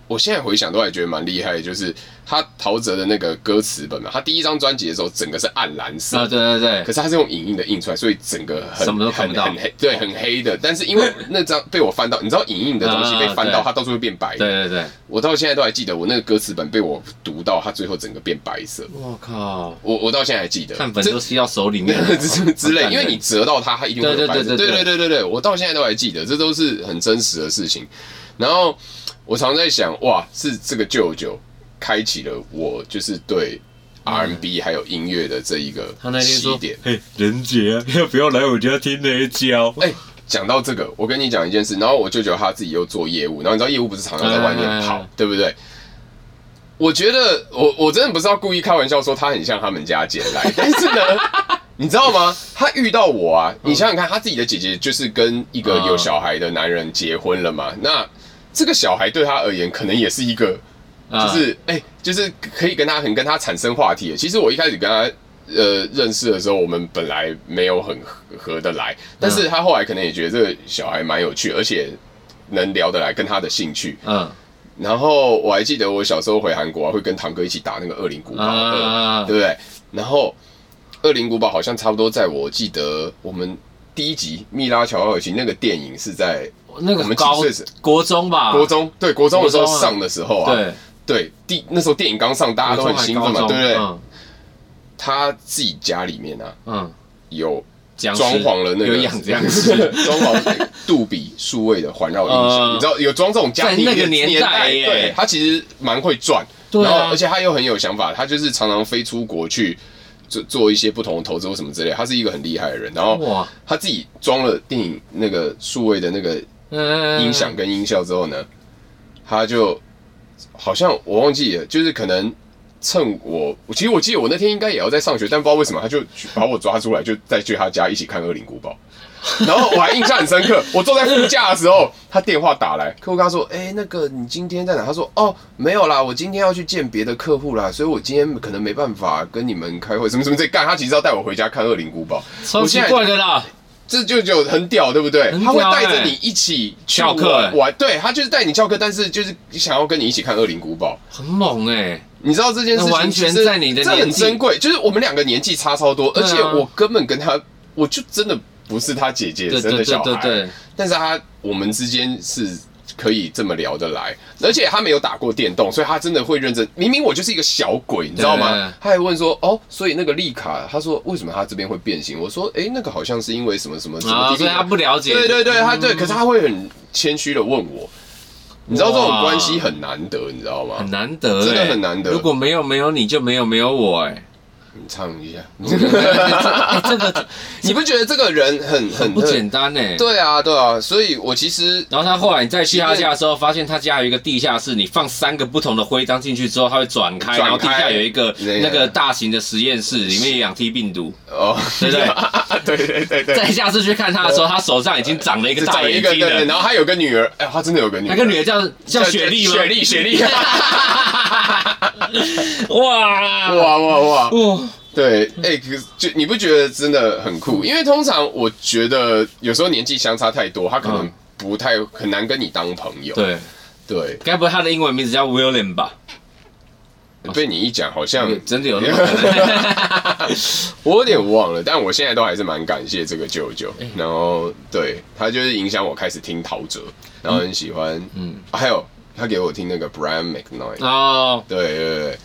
B: 我现在回想都还觉得蛮厉害的，就是他陶喆的那个歌词本嘛，他第一张专辑的时候整个是暗蓝色，
A: 啊，对对对，
B: 可是他是用影印的印出来，所以整个很
A: 什么都看不到
B: 很很黑，对，很黑的。但是因 为那张被我翻到，你知道影印的东西被翻
A: 啊
B: 到，
A: 对
B: 它到处会变白。
A: 对对对，
B: 我到现在都还记得，我那个歌词本被我读到，它最后整个变白色。
A: 我靠，
B: 我我到现在还记得，
A: 看粉
B: 这
A: 都吸到手里面啊
B: 之之类，因为你折到它，它一定会有
A: 对对
B: 白色。
A: 对对
B: 对对对对对，我到现在都还记得，这都是很真实的事情。然后我常在想，哇，是这个舅舅开启了我就是对 R&B 还有音乐的这一个
A: 嗯他那天
B: 起
A: 说
B: 点。：“
A: 嘿，仁杰啊，要不要来我家听黑胶？”
B: 哎，讲到这个，我跟你讲一件事。然后我舅舅他自己又做业务，然后你知道业务不是常常在外面
A: 嗯嗯
B: 跑
A: 嗯，
B: 对不对？我觉得我我真的不是要故意开玩笑说他很像他们家姐来，但是呢，你知道吗？他遇到我啊，你想想看，他自己的姐姐就是跟一个有小孩的男人结婚了嘛，那这个小孩对他而言，可能也是一个就
A: 啊
B: 是哎、就是可以跟他很跟他产生话题的。其实我一开始跟他呃认识的时候，我们本来没有很合合得来，但
A: 嗯
B: 是他后来可能也觉得这个小孩蛮有趣，而且能聊得来，跟他的兴趣。
A: 嗯
B: 然后我还记得我小时候回韩国、啊、会跟堂哥一起打那个恶灵古堡二，
A: 啊
B: 对不对？然后恶灵古堡好像差不多在我记得我们第一集《蜜拉乔尔奇》那个电影是在
A: 那
B: 我
A: 个
B: 们几
A: 高
B: 岁时
A: 国中吧，
B: 国中，对国中的时候
A: 啊国中啊
B: 上的时候啊，
A: 对，
B: 对，第那时候电影刚上，大家都很兴奋嘛，
A: 国中嗯
B: 对
A: 还
B: 不对？
A: 高中
B: 他自己家里面啊，
A: 嗯嗯，
B: 有
A: 僵尸
B: 装潢了那
A: 有
B: 个
A: 养僵尸
B: 装潢杜比数位的环绕音响，
A: 嗯
B: 你知道有装这种家庭
A: 在那个年代
B: 代，
A: 耶
B: 对他其实蛮会赚，
A: 对啊
B: 然后而且他又很有想法，他就是常常飞出国去做做一些不同的投资或什么之类的，他是一个很厉害的人。然后
A: 哇
B: 他自己装了电影那个数位的那个
A: 嗯，
B: 音响跟音效之后呢，他就好像我忘记了，就是可能趁我，我其实我记得我那天应该也要在上学，但不知道为什么他就去把我抓出来，就再去他家一起看《恶灵古堡》。然后我还印象很深刻，我坐在副驾的时候，他电话打来，客户跟他说：“哎、那个你今天在哪？”他说：“哦，没有啦，我今天要去见别的客户啦，所以我今天可能没办法跟你们开会，什么什么这干。”他其实要带我回家看《恶灵古堡》，
A: 超
B: 我
A: 奇
B: 现在
A: 怪的啦，
B: 这就就很屌，对不对？
A: 很屌
B: 他会带
A: 欸
B: 着你一起去
A: 翘课
B: 玩
A: 欸
B: 玩，对他就是带你翘课，但是就是想要跟你一起看《恶灵古堡》。
A: 很猛哎、
B: 你知道这件事情
A: 那完全
B: 其实
A: 在你的
B: 这很
A: 年纪
B: 珍贵，就是我们两个年纪差超多，
A: 对
B: 而
A: 啊
B: 且我根本跟他，我就真的不是他姐姐
A: 对
B: 生
A: 对
B: 的
A: 对
B: 小
A: 对
B: 孩，
A: 对，
B: 但是他我们之间是。可以这么聊得来，而且他没有打过电动，所以他真的会认真。明明我就是一个小鬼，你知道
A: 对
B: 吗？他还问说：“哦，所以那个丽卡，他说为什么他这边会变形？”我说：“诶，那个好像是因为什么什么什么
A: 啊，
B: 地
A: 所
B: 方。”
A: 以他不了解，
B: 对对对，他
A: 嗯
B: 对，可是他会很谦虚的问我，你知道这种关系很难得，你知道吗
A: 很？难得、欸，
B: 真的很难得
A: 如果没有没有你就没有没有我哎、
B: 你唱 一下，
A: 哎这个
B: 你不觉得这个人很很
A: 不简单哎、
B: 对啊，对啊，所以我其实
A: 然后他后来你再去他家的时候，发现他家有一个地下室，你放三个不同的徽章进去之后，它会转开，
B: 转开
A: 然后地下有一个
B: 对
A: 那个大型的实验室，里面有两 T 病毒。
B: 哦，
A: 对对
B: 对对对对，
A: 再下次去看他的时候，他手上已经长了一个大
B: 找一
A: 眼
B: 个
A: 睛
B: 对，然
A: 了。
B: 后他有个女儿，哎，他真的有个女儿，
A: 那个女的叫叫雪莉吗？
B: 雪莉，雪莉，
A: 哇哇
B: 哇哇哇，
A: 哇！
B: 对，哎、可是就你不觉得真的很酷？因为通常我觉得有时候年纪相差太多，他可能
A: 嗯
B: 不太很难跟你当朋友。
A: 对，
B: 对，
A: 该不会他的英文名字叫 William 吧？
B: 被你一讲，好像
A: 嗯真的有那么可能？
B: 我有点忘了，但我现在都还是蛮感谢这个舅舅。
A: 哎
B: 然后，对他就是影响我开始听陶喆，然后很喜欢，嗯，还有他给我听那个 Brian McKnight，、
A: 哦，
B: 对对对，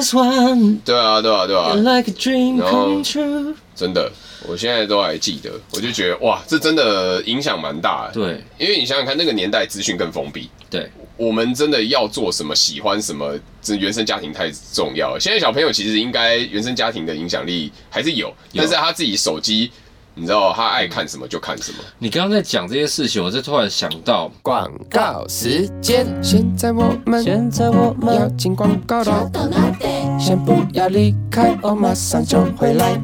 E: Cause one
B: 对啊对啊对啊，
A: 嗯
E: like a dream
B: 然后
E: come true。
B: 真的，我现在都还记得，我就觉得哇，这真的影响蛮大的。
A: 对
B: 因为你想想看，那个年代资讯更封闭，
A: 对，
B: 我们真的要做什么、喜欢什么，这原生家庭太重要了。现在小朋友其实应该原生家庭的影响力还是有，但是他自己手机，你知道他爱看什么就看什么。
A: 你刚刚在讲这些事情，我就突然想到，
E: 广告时间，
C: 现在我们
E: 现在我
C: 要
E: 们
C: 进广告了，先不要离开，我马上就回来。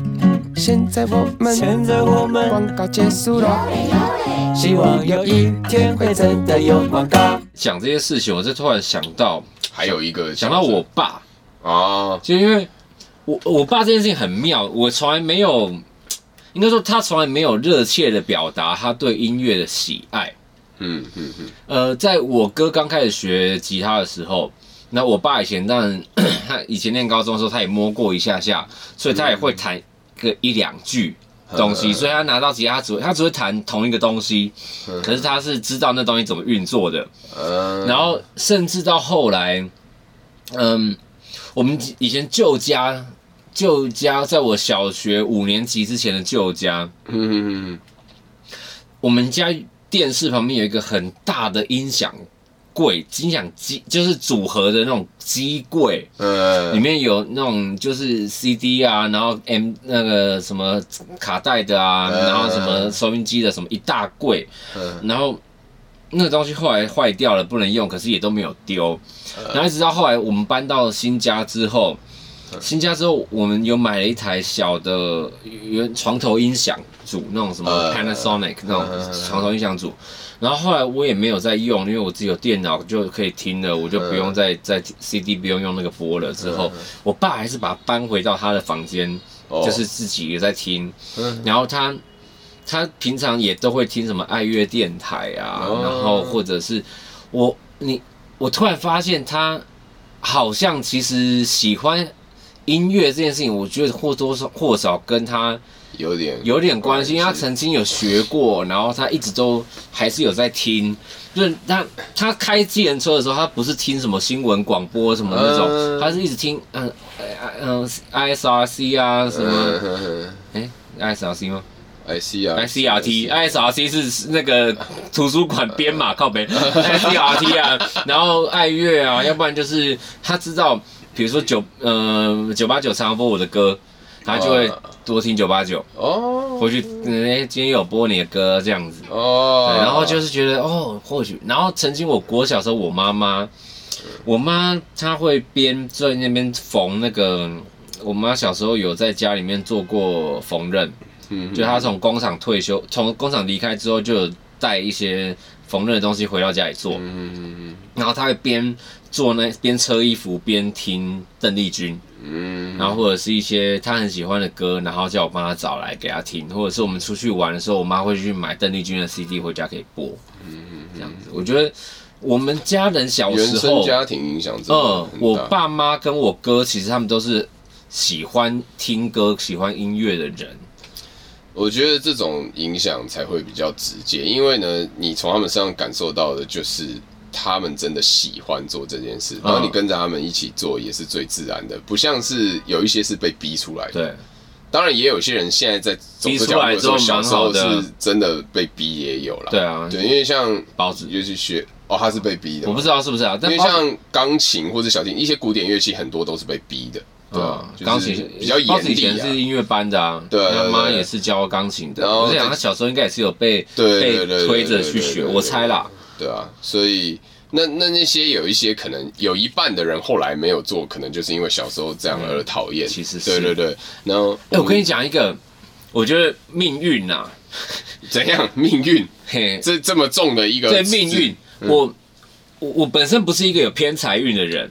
C: 现在我们
E: 现在我们
C: 广告结束了，
E: 希望有一天会真的有广告。
A: 讲这些事情，我就突然想到，
B: 还有一个
A: 想到我爸，
B: 啊，
A: 就因为我我爸这件事情很妙，我从来没有，应该说他从来没有热切的表达他对音乐的喜爱。
B: 嗯嗯嗯，
A: 呃，在我哥刚开始学吉他的时候，那我爸以前当然 他以前念高中的时候他也摸过一下下，所以他也会弹个一两句。东西，所以他拿到吉他，他只会他只会弹同一个东西，可是他是知道那东西怎么运作的。
B: 呃
A: 然后甚至到后来，嗯，我们以前旧家旧家，在我小学五年级之前的旧家，
B: 嗯嗯嗯
A: 我们家电视旁边有一个很大的音响柜，音响机就是组合的那种机柜，
B: 呃
A: 里面有那种就是 CD 啊，然后 M 那个什么卡带的啊，
B: 嗯
A: 然后什么收音机的什么一大柜，然后那个东西后来坏掉了，不能用，可是也都没有丢。然后一直到后来我们搬到新家之后，新家之后我们有买了一台小的有床头音响组，那种什么
B: 嗯
A: Panasonic 那种床头音响组。然后后来我也没有再用，因为我自己有电脑就可以听了，我就不用再再 CD 不用用那个播了。之后，我爸还是把它搬回到他的房间，
B: 哦嗯
A: 就是自己也在听。然后他他平常也都会听什么爱乐电台啊，
B: 哦
A: 然后或者是我你我突然发现他好像其实喜欢音乐这件事情，我觉得或多或少跟他
B: 有点
A: 有点关系，因为他曾经有学过，然后他一直都还是有在听。就是他他开计程车的时候，他不是听什么新闻广播什么那种，
B: 嗯
A: 他是一直听嗯嗯、呃呃 ISRC 啊什么
B: 嗯
A: 哎、ISRC 吗？
B: I C R
A: I C R T I S R C 是那个图书馆编码靠 北 I C R T 啊，然后爱乐啊，要不然就是他知道，比如说九呃九八九常常播我的歌，他就会多听九八九，
B: 哦
A: 回去嗯哎今天有播你的歌这样子，
B: 哦
A: 对，然后就是觉得哦，或许，然后曾经我国小时候，我妈妈，我妈她会边在那边缝那个，我妈小时候有在家里面做过缝纫，
B: 嗯
A: 就她从工厂退休，从工厂离开之后，就有带一些缝纫的东西回到家里做，
B: 嗯
A: 然后她会边做那边车衣服边听邓丽君，
B: 嗯
A: 然后或者是一些他很喜欢的歌，然后叫我帮他找来给他听，或者是我们出去玩的时候，我妈会去买邓丽君的 CD 回家可以播，这样子。我觉得我们家人小
B: 嗯原
A: 时
B: 生
A: 候，
B: 家庭影响真的
A: 嗯，
B: 很大
A: 我爸妈跟我哥其实他们都是喜欢听歌、喜欢音乐的人，
B: 我觉得这种影响才会比较直接，因为呢，你从他们身上感受到的就是他们真的喜欢做这件
A: 嗯
B: 事，然后你跟着他们一起做也是最自然的，不像是有一些是被逼出来的。
A: 对，
B: 当然也有些人现在在走这条路的时候，
A: 逼出来
B: 小
A: 之
B: 时
A: 后
B: 候
A: 蛮好的
B: 是真的被逼也有啦。
A: 对啊
B: 对，因为像
A: 包子
B: 就去学哦，他是被逼的嘛，
A: 我不知道是不是啊，
B: 因
A: 但
B: 为
A: 包
B: 像钢琴或者小提琴一些古典乐器，很多都是被逼的，对啊
A: 嗯，
B: 就是
A: 钢琴
B: 比较
A: 包
B: 严
A: 子以前
B: 厉啊。
A: 是音乐班的啊，
B: 对对
A: 他妈
B: 对
A: 也是教钢琴的。
B: 然后
A: 我在想
B: 再
A: 他小时候应该也是有被
B: 对
A: 被
B: 对对对
A: 推着
B: 对
A: 去
B: 对对
A: 学，
B: 对对
A: 我猜啦。
B: 对啊，所以那那那些有一些可能有一半的人后来没有做，可能就是因为小时候这样而讨厌、
A: 嗯其实是
B: 对对对，然后
A: 哎、我跟你讲一个，我觉得命运呐、啊，
B: 怎样命运
A: 嘿，
B: 这这么重的一个嗯
A: 对命运，我我我本身不是一个有偏财运的人，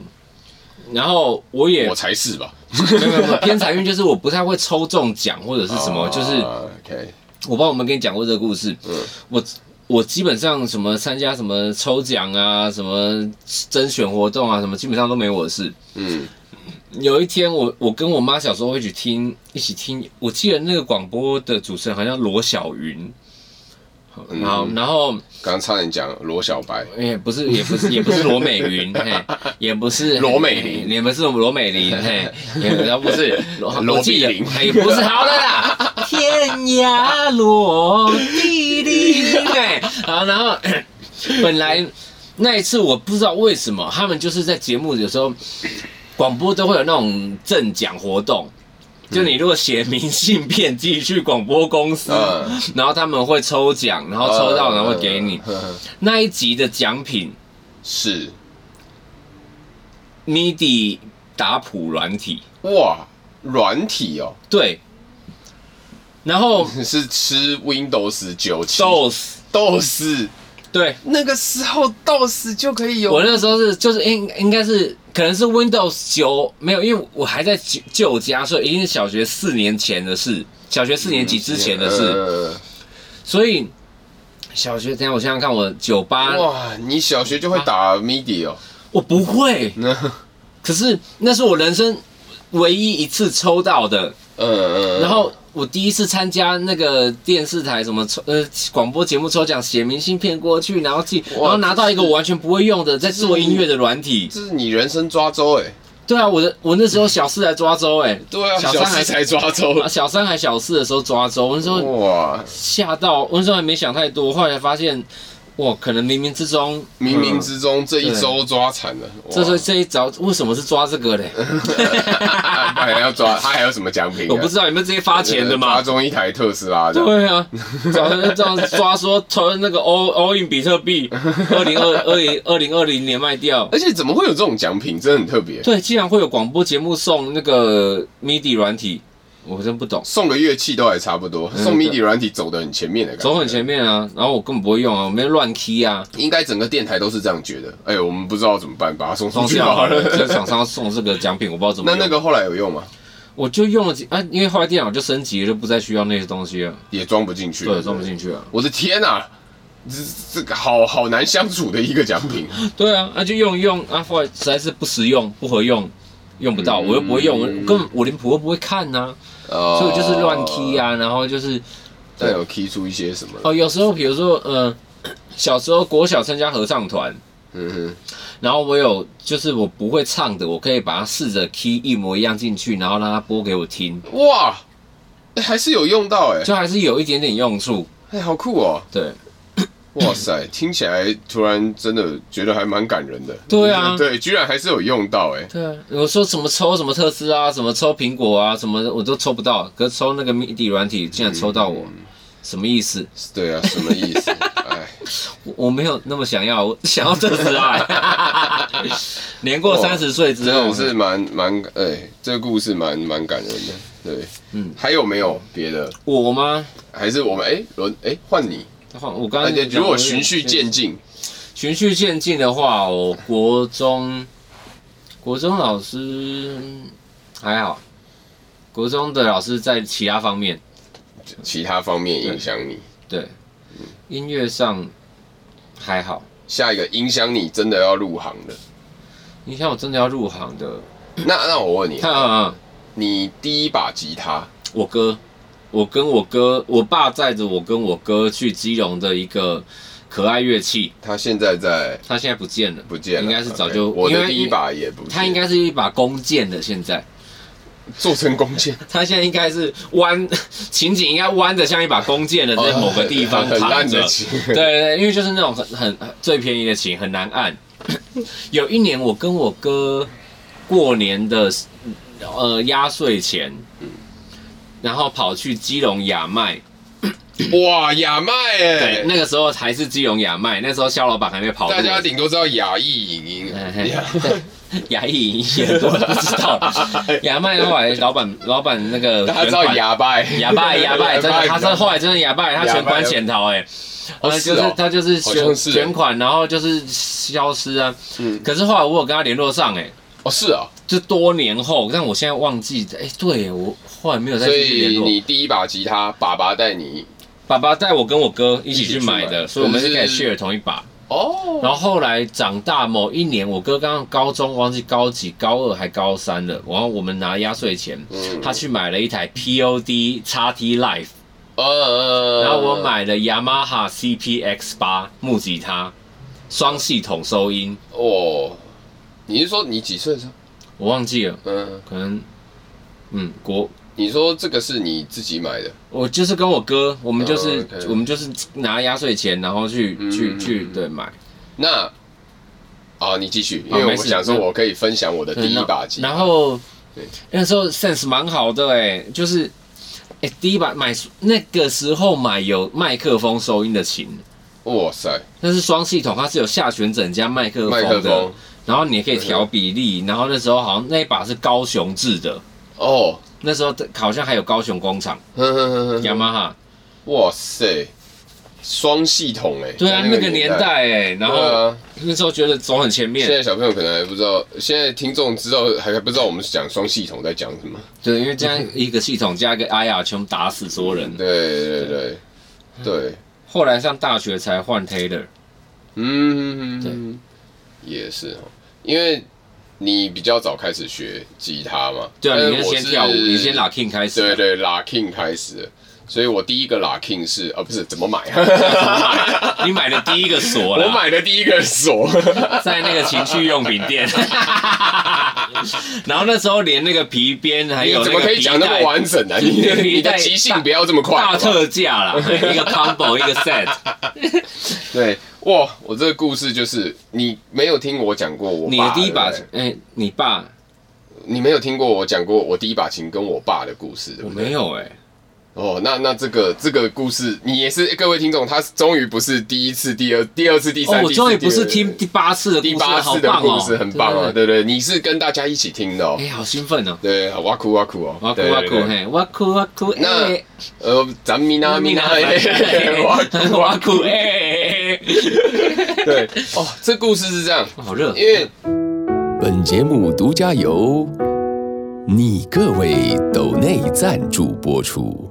A: 然后我也
B: 我才是吧？
A: 没有没有没有偏财运，就是我不太会抽中奖或者是 什么，
B: 啊
A: 就是
B: OK，
A: 我不知道我们跟你讲过这个故事，
B: 嗯
A: 我。我基本上什么参加什么抽奖啊，什么甄选活动啊，什么基本上都没我的事。
B: 嗯
A: 有一天我，我跟我妈小时候会一起听，一起听。我记得那个广播的主持人好像罗小云，
B: 嗯
A: 好，然后
B: 刚刚差点讲罗小 白，
A: 也不是，也不是，也不是罗美云，嘿，也不是
B: 罗美玲
A: 嘿也不是罗美玲，嘿，也然后不是罗
B: 罗
A: 我记得
B: 碧玲
A: 嘿也不是好的 啦，天涯落地零，哎，好，然后本来那一次我不知道为什么他们就是在节目有时候广播都会有那种赠奖活动。就你如果写明信片寄去广播公司，
B: 嗯
A: 然后他们会抽奖，然后抽到然后会给你
B: 呃呵呵
A: 那一集的奖品
B: 是
A: MIDI 打谱软体，
B: 哇，软体哦，
A: 对，然后
B: 是吃 Windows 九七
A: DOS，
B: DOS，
A: 对
B: 那个时候 DOS 就可以有
A: 我那时候是就是应应该是可能是 Windows 九没有，因为我还在旧旧家，所以一定是小学四年前的事，小学四年级之前的事，
B: 呃
A: 所以小学等一下我想想看，我九八
B: 哇，你小学就会打 MIDI 哦？
A: 我不会，可是那是我人生唯一一次抽到的。
B: 嗯嗯。
A: 然后我第一次参加那个电视台什么抽呃广播节目抽奖，写明信片过去，然后寄，然
B: 哇
A: 后拿到一个我完全不会用的，在做音乐的软体。
B: 这是你人生抓周哎、
A: 对啊，我的我那时候小四来抓周哎、
B: 对啊，
A: 小
B: 小
A: 三还
B: 四才抓周。
A: 啊小三还小四的时候抓周，我那时候
B: 哇，
A: 吓到，我那时候还没想太多，后来发现，哇，可能冥冥之中，
B: 冥冥之中这一周抓惨了。哇
A: 这是这一招为什么是抓这个 嘞？
B: 他还要抓，他还有什么奖品、啊？
A: 我不知道有没有直接发钱的嘛
B: 抓？中一台特斯拉的。
A: 对啊，早上就这样抓说投那个欧欧运比特 币，二零二二零二零二零年卖掉。
B: 而且怎么会有这种奖品？真的很特别。
A: 对，竟然会有广播节目送那个 MIDI 软体，我真不懂，
B: 送个乐器都还差不多，送 MIDI 软体走得很前面的感觉。
A: 走很前面啊，然后我根本不会用啊，我没乱 key 啊，
B: 应该整个电台都是这样觉得。哎、我们不知道怎么办，把它送出
A: 装
B: 去
A: 掉好
B: 好
A: 了。这
B: 了。
A: 啊厂商送这个奖品，我不知道怎么
B: 那那
A: 用，
B: 个后来有用吗？
A: 我就用了几啊，因为后来电脑就升级了，就不再需要那些东西了，
B: 也装不进去。
A: 对，装不进去啊。
B: 我的天呐、这这个好好难相处的一个奖品，
A: 对啊，那、就用一用啊，后来实在是不实用、不合用，用不
B: 嗯
A: 到，我又不会用，我根本我连谱都不会看呐、
B: 所
A: 所以我就是乱 key，啊，然后就是
B: 但有哦 key 出一些什么？
A: 哦，有时候比如说，呃，小时候国小参加合唱团，
B: 嗯
A: 然后我有就是我不会唱的，我可以把它试着 key 一模一样进去，然后让它播给我听。
B: 哼，哇，哎还是有用到哎、
A: 就还是有一点点用处。
B: 哎，好酷哦！
A: 对，
B: 哇 塞，听起来突然真的觉得还蛮感人的。
A: 对啊
B: 对，居然还是有用到哎、
A: 对啊，我说什么抽什么特斯拉，什么抽苹果啊，什么的我都抽不到，可是抽那个 MIDI 软体竟然抽到我，
B: 嗯
A: 什么意思？
B: 对啊，什么意 思？哎，
A: 我我没有那么想要，我想要特斯拉、 欸。年过三十岁之
B: 哦这
A: 后
B: 种，是蛮蛮哎，这个故事蛮蛮感人的。对，嗯，还有没有别的？
A: 我吗？
B: 还是我们哎轮哎换你？
A: 我刚
B: 哎
A: 刚
B: 对
A: 啊讲
B: 如果循序渐进，
A: 循序渐进的话，我国中国中老师嗯还好，国中的老师在其他方面
B: 其他方面影响你。
A: 对音乐上还好。
B: 下一个影响你真的要入行 的，
A: 你像我真的要入行的，
B: 那那我问你，
A: 看啊，
B: 你第一把吉他，
A: 我哥，我跟我哥，我爸载着我跟我哥去基隆的一个可爱乐器，
B: 它现在在
A: 他现在不见了，
B: 不见了，
A: 应该是早
B: OK，
A: 就
B: 我
A: 因
B: 的
A: 为
B: 第一把也不见，
A: 它应该是一把弓箭的，现在
B: 做成弓 箭，
A: 它现在应该是弯， 情景应该弯的像一把弓箭的，在哦某个地方
B: 哦很
A: 躺
B: 烂
A: 着
B: 的。琴，
A: 对对，因为就是那种很很最便宜的琴很难按。 有一年我跟我哥过年的呃压岁钱，然后跑去基隆雅麦，
B: 哇，雅麦
A: 对，
B: 哎，
A: 那个时候还是基隆雅麦，那时候肖老板还没跑路，
B: 大家顶多知道雅艺影音
A: 哎嘿，
B: 雅
A: 雅艺也很多人不知 道，雅麦后来哎老板老板那个
B: 大家知道
A: 原版
B: 哑巴耶，
A: 哑巴哑 巴，真的，他是后来真的哑巴，他全款潜逃哎、
B: 哦
A: 呃就
B: 是哦
A: 是他就是
B: 好像
A: 全
B: 是欸嗯
A: 全款，然后就是消失啊。可是后来我有跟他联络上哎、
B: 哦是啊，
A: 就多年后，但我现在忘记哎、对我后来没有再
B: 所
A: 继续
B: 以
A: 联络。
B: 你第一把吉他，爸爸带你
A: 爸爸带我跟我哥一起
B: 一起
A: 去
B: 去
A: 买
B: 买
A: 的，所以我们是
B: 可
A: 可以
B: 是
A: share 同一把。
B: 哦，
A: 然后后来长大某一年，我哥刚刚高中忘记高几、高二还高三了，然后我们拿压岁钱，
B: 嗯
A: 他去买了一台 POD 叉 T Life，
B: 呃，
A: 然后我买了雅马哈 CPX 八木吉他，双系统收音，
B: 哦，你是说你几岁的时候？
A: 我忘记了，
B: 嗯，
A: 可能嗯国。
B: 你说这个是你自己买的，
A: 我就是跟我哥，我们就是、
B: 哦，OK 嗯
A: 我们就是拿压岁钱，然后去、去去对买
B: 那啊，你继续，因为
A: 没
B: 我
A: 事嗯
B: 想说我可以分享我的第一把吉他，
A: 然后
B: 对
A: 那时候 sense 蛮好的哎、就是哎、第一把买那个时候买有麦克风收音的琴，
B: 哇塞，
A: 那是双系统，它是有下旋枕加麦克
B: 麦克
A: 风的
B: 风，
A: 然后你也可以调比例，然后那时候好像那一把是高雄制的。
B: 哦，
A: 那时候好像还有高雄工厂，
B: 哼哼哼哼
A: 雅马哈，
B: 哇塞，双系统哎、
A: 对啊，
B: 在
A: 那个年代哎、然
B: 对
A: 后
B: 啊，
A: 那时候觉得走很前
B: 现在
A: 面，
B: 小朋友可能还不知道，现在听众知道还还不知道我们讲双系统在讲什么。
A: 对，因为这样一个系统加一个 IR 全部打死所有人。
B: 对对对对，
A: 后来上大学才换 Taylor，
B: 嗯，也是哦，因为你比较早开始学吉他嘛，
A: 对啊，
B: 但
A: 你要
B: 是呃我
A: 先
B: 是
A: 跳舞，你先拉 King 开始啊，
B: 对对拉 king 开始的，所以我第一个拉 king 是啊不是怎么买，
A: 你买啊的第一个锁啦，
B: 我买的第一个锁，
A: 在那个情趣用品 店，然后那时候连那个皮鞭还
B: 你
A: 哎有
B: 怎
A: 那
B: 么
A: 个
B: 可以
A: 皮
B: 讲那么啊
A: 带
B: 完整呢、啊？你
A: 皮
B: 的
A: 带
B: 你的即兴不要这么快，
A: 大
B: 好不好
A: 特价 啦，嘿一个 combo 一个 set，
B: 对，哇，我这个故事就是你没有听我讲过我爸
A: 你的第一把
B: 对不对
A: 哎，你爸
B: 你没有听过我讲过我第一把琴跟我爸的故事，对
A: 我
B: 不对？
A: 没有哎，
B: 哦，那那这个这个故事，你也是各位听众，他终于不是第一次、第二、第二次、第
A: 哦
B: 三，，
A: 我
B: 第四
A: 终于不是
B: 第二
A: 听第八次的故
B: 第
A: 事，
B: 八
A: 好
B: 次的
A: 棒
B: 故
A: 哦，
B: 事，很棒哦，
A: 对，
B: 对对，你是跟大家一起听的哦
A: 对，哎，好兴奋哦，
B: 对，哇酷哇酷哦，
A: 哇酷
B: 对
A: 哇
B: 对
A: 酷
B: 对
A: 嘿，哇酷哇酷，
B: 那
A: 哎
B: 呃，咱咪
A: 那
B: 呐咪
A: 咪
B: 呐，
A: 拿来
B: 嘿哇酷
A: 哇
B: 哇
A: 酷
B: 酷，
A: 哎哎，哎
B: 对，哦，这故事是这样，
A: 哎好热，
B: 因为
D: 本节目独家由你各位抖内赞助播出。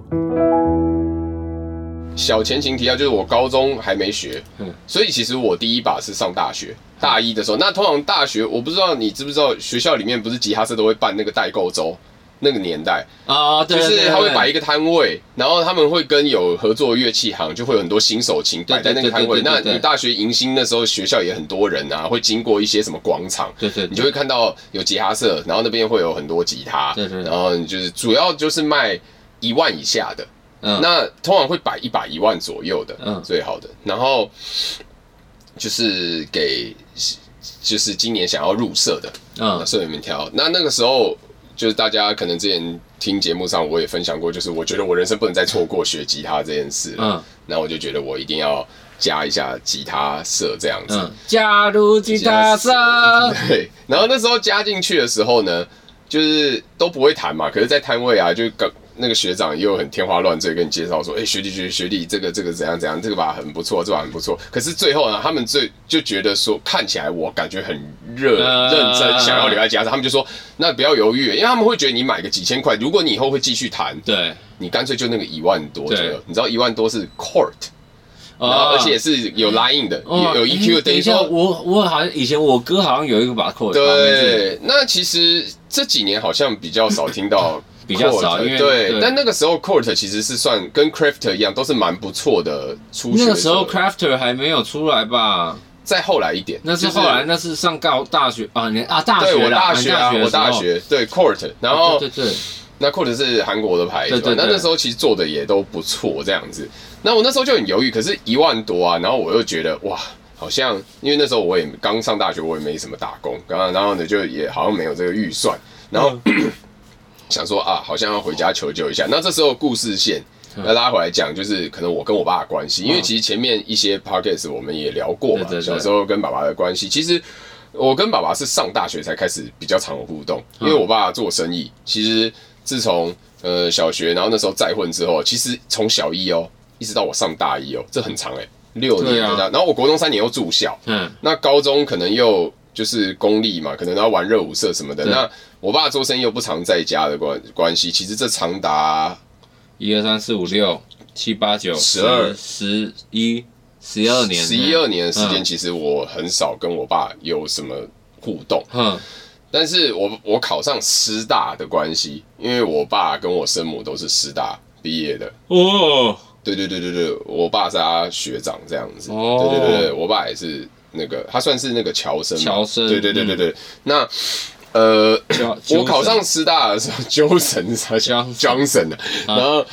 B: 小前情提要，就是我高中还没学，
A: 嗯
B: 所以其实我第一把是上大学大一的时候。那通常大学，我不知道你知不知道，学校里面不是吉他社都会办那个代购周。那个年代，
A: 啊，对
B: 就
A: 对
B: 是
A: 对
B: 他会
A: 对
B: 摆一个摊位，然后他们会跟有合作乐器行，就会有很多新手琴摆在那个摊
A: 对
B: 位。
A: 对对
B: 那
A: 对对对
B: 你大学迎新那时候，学校也很多人啊，会经过一些什么广场，
A: 对对，
B: 你就会看到有吉他社，然后那边会有很多吉他，
A: 对对对
B: 然后你就是主要就是卖一万以下的，
A: 嗯
B: 那通常会摆一百一万左右的，
A: 嗯
B: 最好的。然后就是给就是今年想要入社的，
A: 嗯
B: 社员们挑。那那个时候就是大家可能之前听节目上我也分享过，就是我觉得我人生不能再错过学吉他这件事了
A: 嗯。
B: 那我就觉得我一定要加一下吉他社这样子
A: 嗯。，加入吉他社，
B: 对，然后那时候加进去的时候呢，就是都不会弹嘛，可是，在摊位啊，就刚那个学长又很天花乱坠跟你介绍说，哎、学弟学弟学弟，这个这个怎样怎样，这个把很不错，这把很不错。可是最后呢，他们最就觉得说，看起来我感觉很热、
A: 呃
B: 认真，想要留在家，他们就说，那不要犹豫，因为他们会觉得你买个几千块，如果你以后会继续弹，
A: 对，
B: 你干脆就那个一万多左右
A: 对。啊
B: 你知道一万多是 court，然后而且是有 line 的，
A: 哦
B: 有有
A: 诶
B: EQ 的，
A: 等一
B: 于
A: 下，
B: 说
A: 我我好像以前我哥好像有一个把扣，
B: 对，那其实这几年好像比较少听到 court，
A: 比较少因为
B: 对，
A: 对
B: 但那个时候 court 其实是算跟 crafter 一样，都是蛮不错的初学者。
A: 那个时候 Crafter 还没有出来吧？
B: 再后来一点，
A: 那是
B: 就是
A: 后来，那是上高大学啊，你啊大
B: 对
A: 学
B: 我
A: 啦，
B: 大
A: 你
B: 学啊，
A: 的
B: 我
A: 时候哦
B: 大学对 court，然后
A: 对对对，
B: 那 court 是韩国的牌，
A: 对
B: 是吧
A: 对
B: 那
A: 对
B: 那时候其实做的也都不错这样子。那我那时候就很犹豫，可是一万多啊，然后我又觉得哇。好像因为那时候我也刚上大学，我也没什么打工，刚刚然后呢就也好像没有这个预算，然后
A: 嗯
B: 想说啊，好像要回家求救一下。那这时候故事线
A: 嗯
B: 要拉回来讲，就是可能我跟我爸的关系，因为其实前面一些 podcast 我们也聊过嘛，
A: 对对对
B: 小时候跟爸爸的关系，其实。我跟爸爸是上大学才开始比较常有互动，
A: 嗯
B: 因为我爸做生意。其实自从呃小学，然后那时候再婚之后，其实从小一哦，一直到我上大一哦，这很长哎、六年
A: 对啊
B: 的大。然后我国中三年又住校，
A: 嗯
B: 那高中可能又就是公立嘛，可能要玩热舞社什么的。
A: 对
B: 那我爸做生意又不常在家的关关系，其实这长达
A: 一二三四五六七八九
B: 12
A: 十一十一二年
B: 十一二年的时间，
A: 嗯
B: 其实我很少跟我爸有什么互动。
A: 嗯
B: 但是我我考上师大的关系，因为我爸跟我生母都是师大毕业的。
A: 哦
B: 对对对对对，我爸是他学长这样子。
A: 哦
B: 对对对对，我爸也是那个，他算是那个侨生嘛。
A: 侨生嗯
B: 对对对对对，那。呃，
A: Johnson
B: 我考上师大的时候，Johnson 啥
A: Johnson
B: Johnson 啊，然后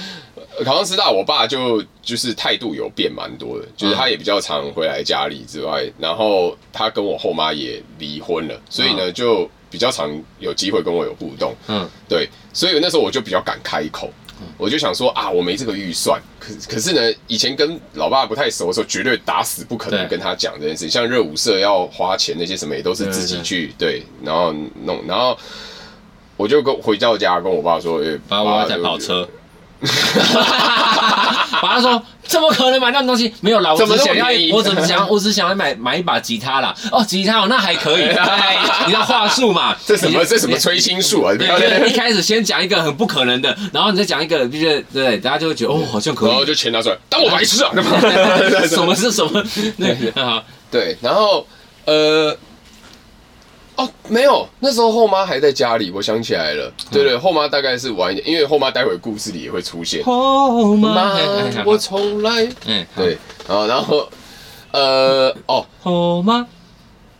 B: 呃考上师大，我爸就就是态度有变蛮多的，就是他也比较常回来家里之外，然后他跟我后妈也离婚了，所以呢就比较常有机会跟我有互动，
A: 嗯
B: 对，所以那时候我就比较敢开口，我就想说啊，我没这个预算，可可是呢，以前跟老爸不太熟的时候，绝对打死不可能
A: 对
B: 跟他讲这件事。像热舞社要花钱那些什么，也都是自己去对，然后弄，然后我就跟回到家跟我爸说，欸
A: 把我要台
B: 就
A: 跑车。 爸爸说：“怎么可能买那种东西？没有啦，我
B: 怎么
A: 只
B: 那么
A: 想要
B: 便宜，
A: 我只想，我只想要买买一把吉他啦。哦，吉他哦，那还 可以。哎，你要话术嘛？
B: 这什么这什么
A: 你
B: 催心术啊？不
A: 对，
B: 要在那
A: 就是一
B: 边
A: 开始先讲一个很不可能的，然后你再讲一个，就是对，大家就会觉得哦，好像可
B: 然后
A: 以。
B: 就钱拿出来，当我白痴啊！
A: 什么是什么？那啊，
B: 对，然后呃，哦，没有，那时候后妈还在家里，我想起来了，对对，后妈大概是晚一点，因为后妈待会故事里也会出现。
A: 哦
B: 妈
A: 妈，哎，哎
B: 我从来
A: 哎，好
B: 对，然后然后呃哦，
A: 哦妈，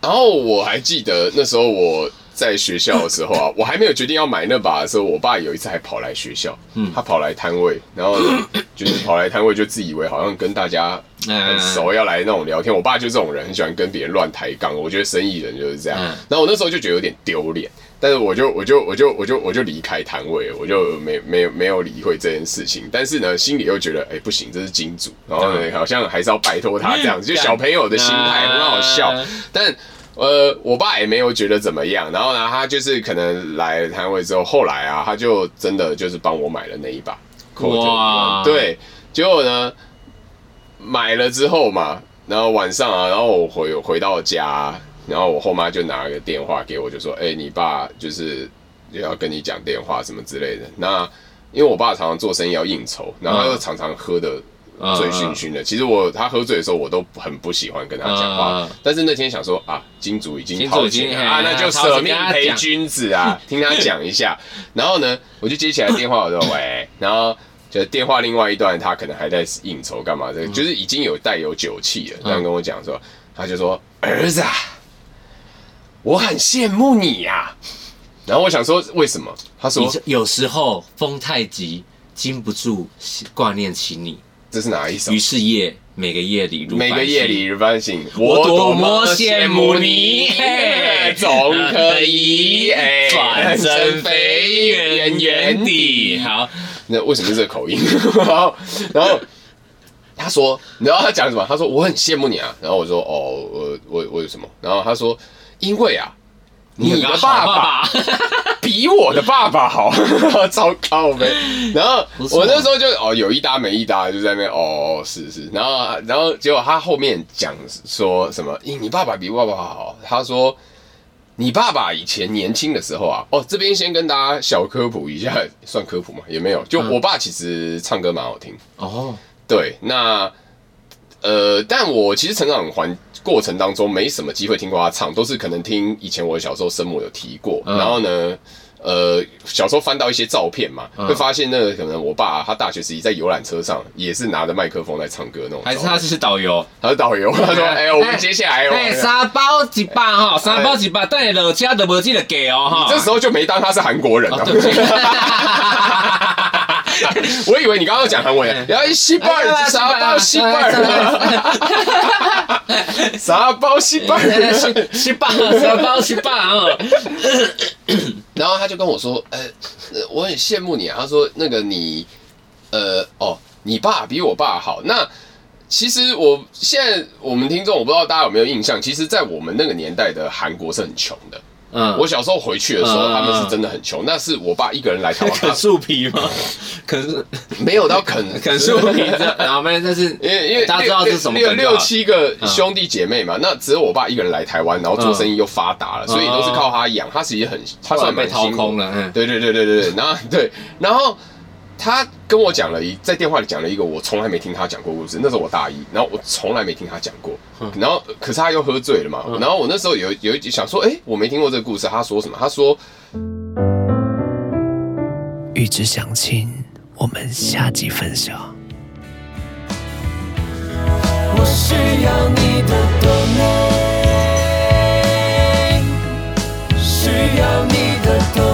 B: 然后我还记得那时候我在学校的时候啊，我还没有决定要买那把的时候，我爸有一次还跑来学校，他跑来摊位，然后呢就是跑来摊位就自以为好像跟大家
A: 嗯
B: 很熟，要来那种聊天。我爸就这种人，很喜欢跟别人乱抬杠。我觉得生意人就是这样。
A: 嗯
B: 然后我那时候就觉得有点丢脸，但是我就我就我就我就我就离开摊位了，我就没没有没有理会这件事情。但是呢，心里又觉得，哎、不行，这是金主，然后呢，好像还是要拜托他这样子，就小朋友的心态
A: 嗯
B: 很好笑
A: 嗯。
B: 但呃，我爸也没有觉得怎么样。然后呢，他就是可能来了摊位之后，后来啊，他就真的就是帮我买了那一把。
A: 哇
B: 对，结果呢，买了之后嘛，然后晚上啊，然后我回回到家，然后我后妈就拿个电话给我，就说：“哎、你爸就是要跟你讲电话什么之类的。”那因为我爸常常做生意要应酬，然后他又常常喝的醉醺醺的。其实我他喝醉的时候，我都很不喜欢跟他讲话。
A: 嗯
B: 但是那天想说啊，金主已经
A: 金主
B: 掏
A: 已经
B: 钱了啊，
A: 哎
B: 那就
A: 掏钱
B: 舍命
A: 跟他
B: 陪
A: 讲
B: 君子啊，听他讲一下。然后呢，我就接起来电话，我说喂，然后就电话另外一端他可能还在应酬干嘛
A: 嗯
B: 的，就是已经有带有酒气了，这样跟我讲说，他就说儿子啊，我很羡慕啊你呀、然后我想说为什么？他说
A: 你这有时候风太急，禁不住挂念起你。
B: 这是哪一首
A: 于？是夜，每个夜里，如
B: 每个
A: 繁
B: 夜
A: 星
B: 里如繁星，
A: 我多么羡慕你
B: 哎总可以哎
A: 转身飞远远地。好，
B: 那为什么是这个口音？ 然后，然后他说，你知道他讲什么？他说我很羡慕你啊。然后我说哦，我我我有什么？然后他说，因为啊，你的爸爸
A: 爸，
B: 比我的爸爸好， 糟糕呗。然后
A: 不错
B: 我那时候就哦有一搭没一搭，就在那边哦是是。然后然后结果他后面讲说什么，咦你爸爸比我爸爸好，他说。你爸爸以前年轻的时候啊，哦，这边先跟大家小科普一下， 算科普嘛，也没有。就
A: 嗯
B: 我爸其实唱歌蛮好听，
A: 哦，
B: 对，那呃，但我其实成长环过程当中没什么机会听过他唱，都是可能听以前我小时候生母有提过，
A: 嗯
B: 然后呢。呃，小时候翻到一些照片嘛，
A: 嗯
B: 会发现那个可能我爸他大学时期在游览车上也是拿着麦克风在唱歌那种照
A: 还
B: 片，
A: 是他是导游？
B: 他是导游，他 说：“哎、我们接下来，我们
A: 哎，三包一百哈，三包一百，等下落车就无记得给哦哈。
B: 这时候就没当他是韩国人了。
A: 哦对不起
B: 我以为你刚刚讲韩文，然后西贝尔，啥包西贝尔，啥包哎西贝
A: 哎
B: 尔，
A: 是是 吧？三包是吧？哦，
B: 然后他就跟我说，呃，呃我很羡慕你啊。他说那个你，呃，哦，你爸比我爸好。那其实我现在我们听众，我不知道大家有没有印象，其实，在我们那个年代的韩国是很穷的。
A: 嗯，
B: 我小时候回去的时候，
A: 嗯
B: 他们是真的很穷，那是我爸一个人来台湾
A: 啃
B: 打，
A: 树皮吗？啃
B: 没有到 啃
A: 啃树皮的，然后没，但是
B: 因为因为
A: 大家知道这是什么
B: 六
A: 梗就好嗯
B: 六六七个兄弟姐妹嘛，那只有我爸一个人来台湾，然后做生意又发达
A: 嗯
B: 了，所以都是靠他养。他其实很，他
A: 后来
B: 算
A: 嗯被
B: 蛮
A: 掏
B: 辛苦
A: 空。了，嗯，
B: 对对对对对对，然后 对，然后他跟我讲了一，在电话里讲了一个我从来没听他讲过的故事。那时候我大一，然后我从来没听他讲过。
A: 嗯
B: 然后可是他又喝醉了嘛，然后我那时候有有一集想说，哎，我没听过这个故事。他说什么？他说
E: 欲知详情，我们下集分享。
C: 我需要你的 donate，需要你的 donate。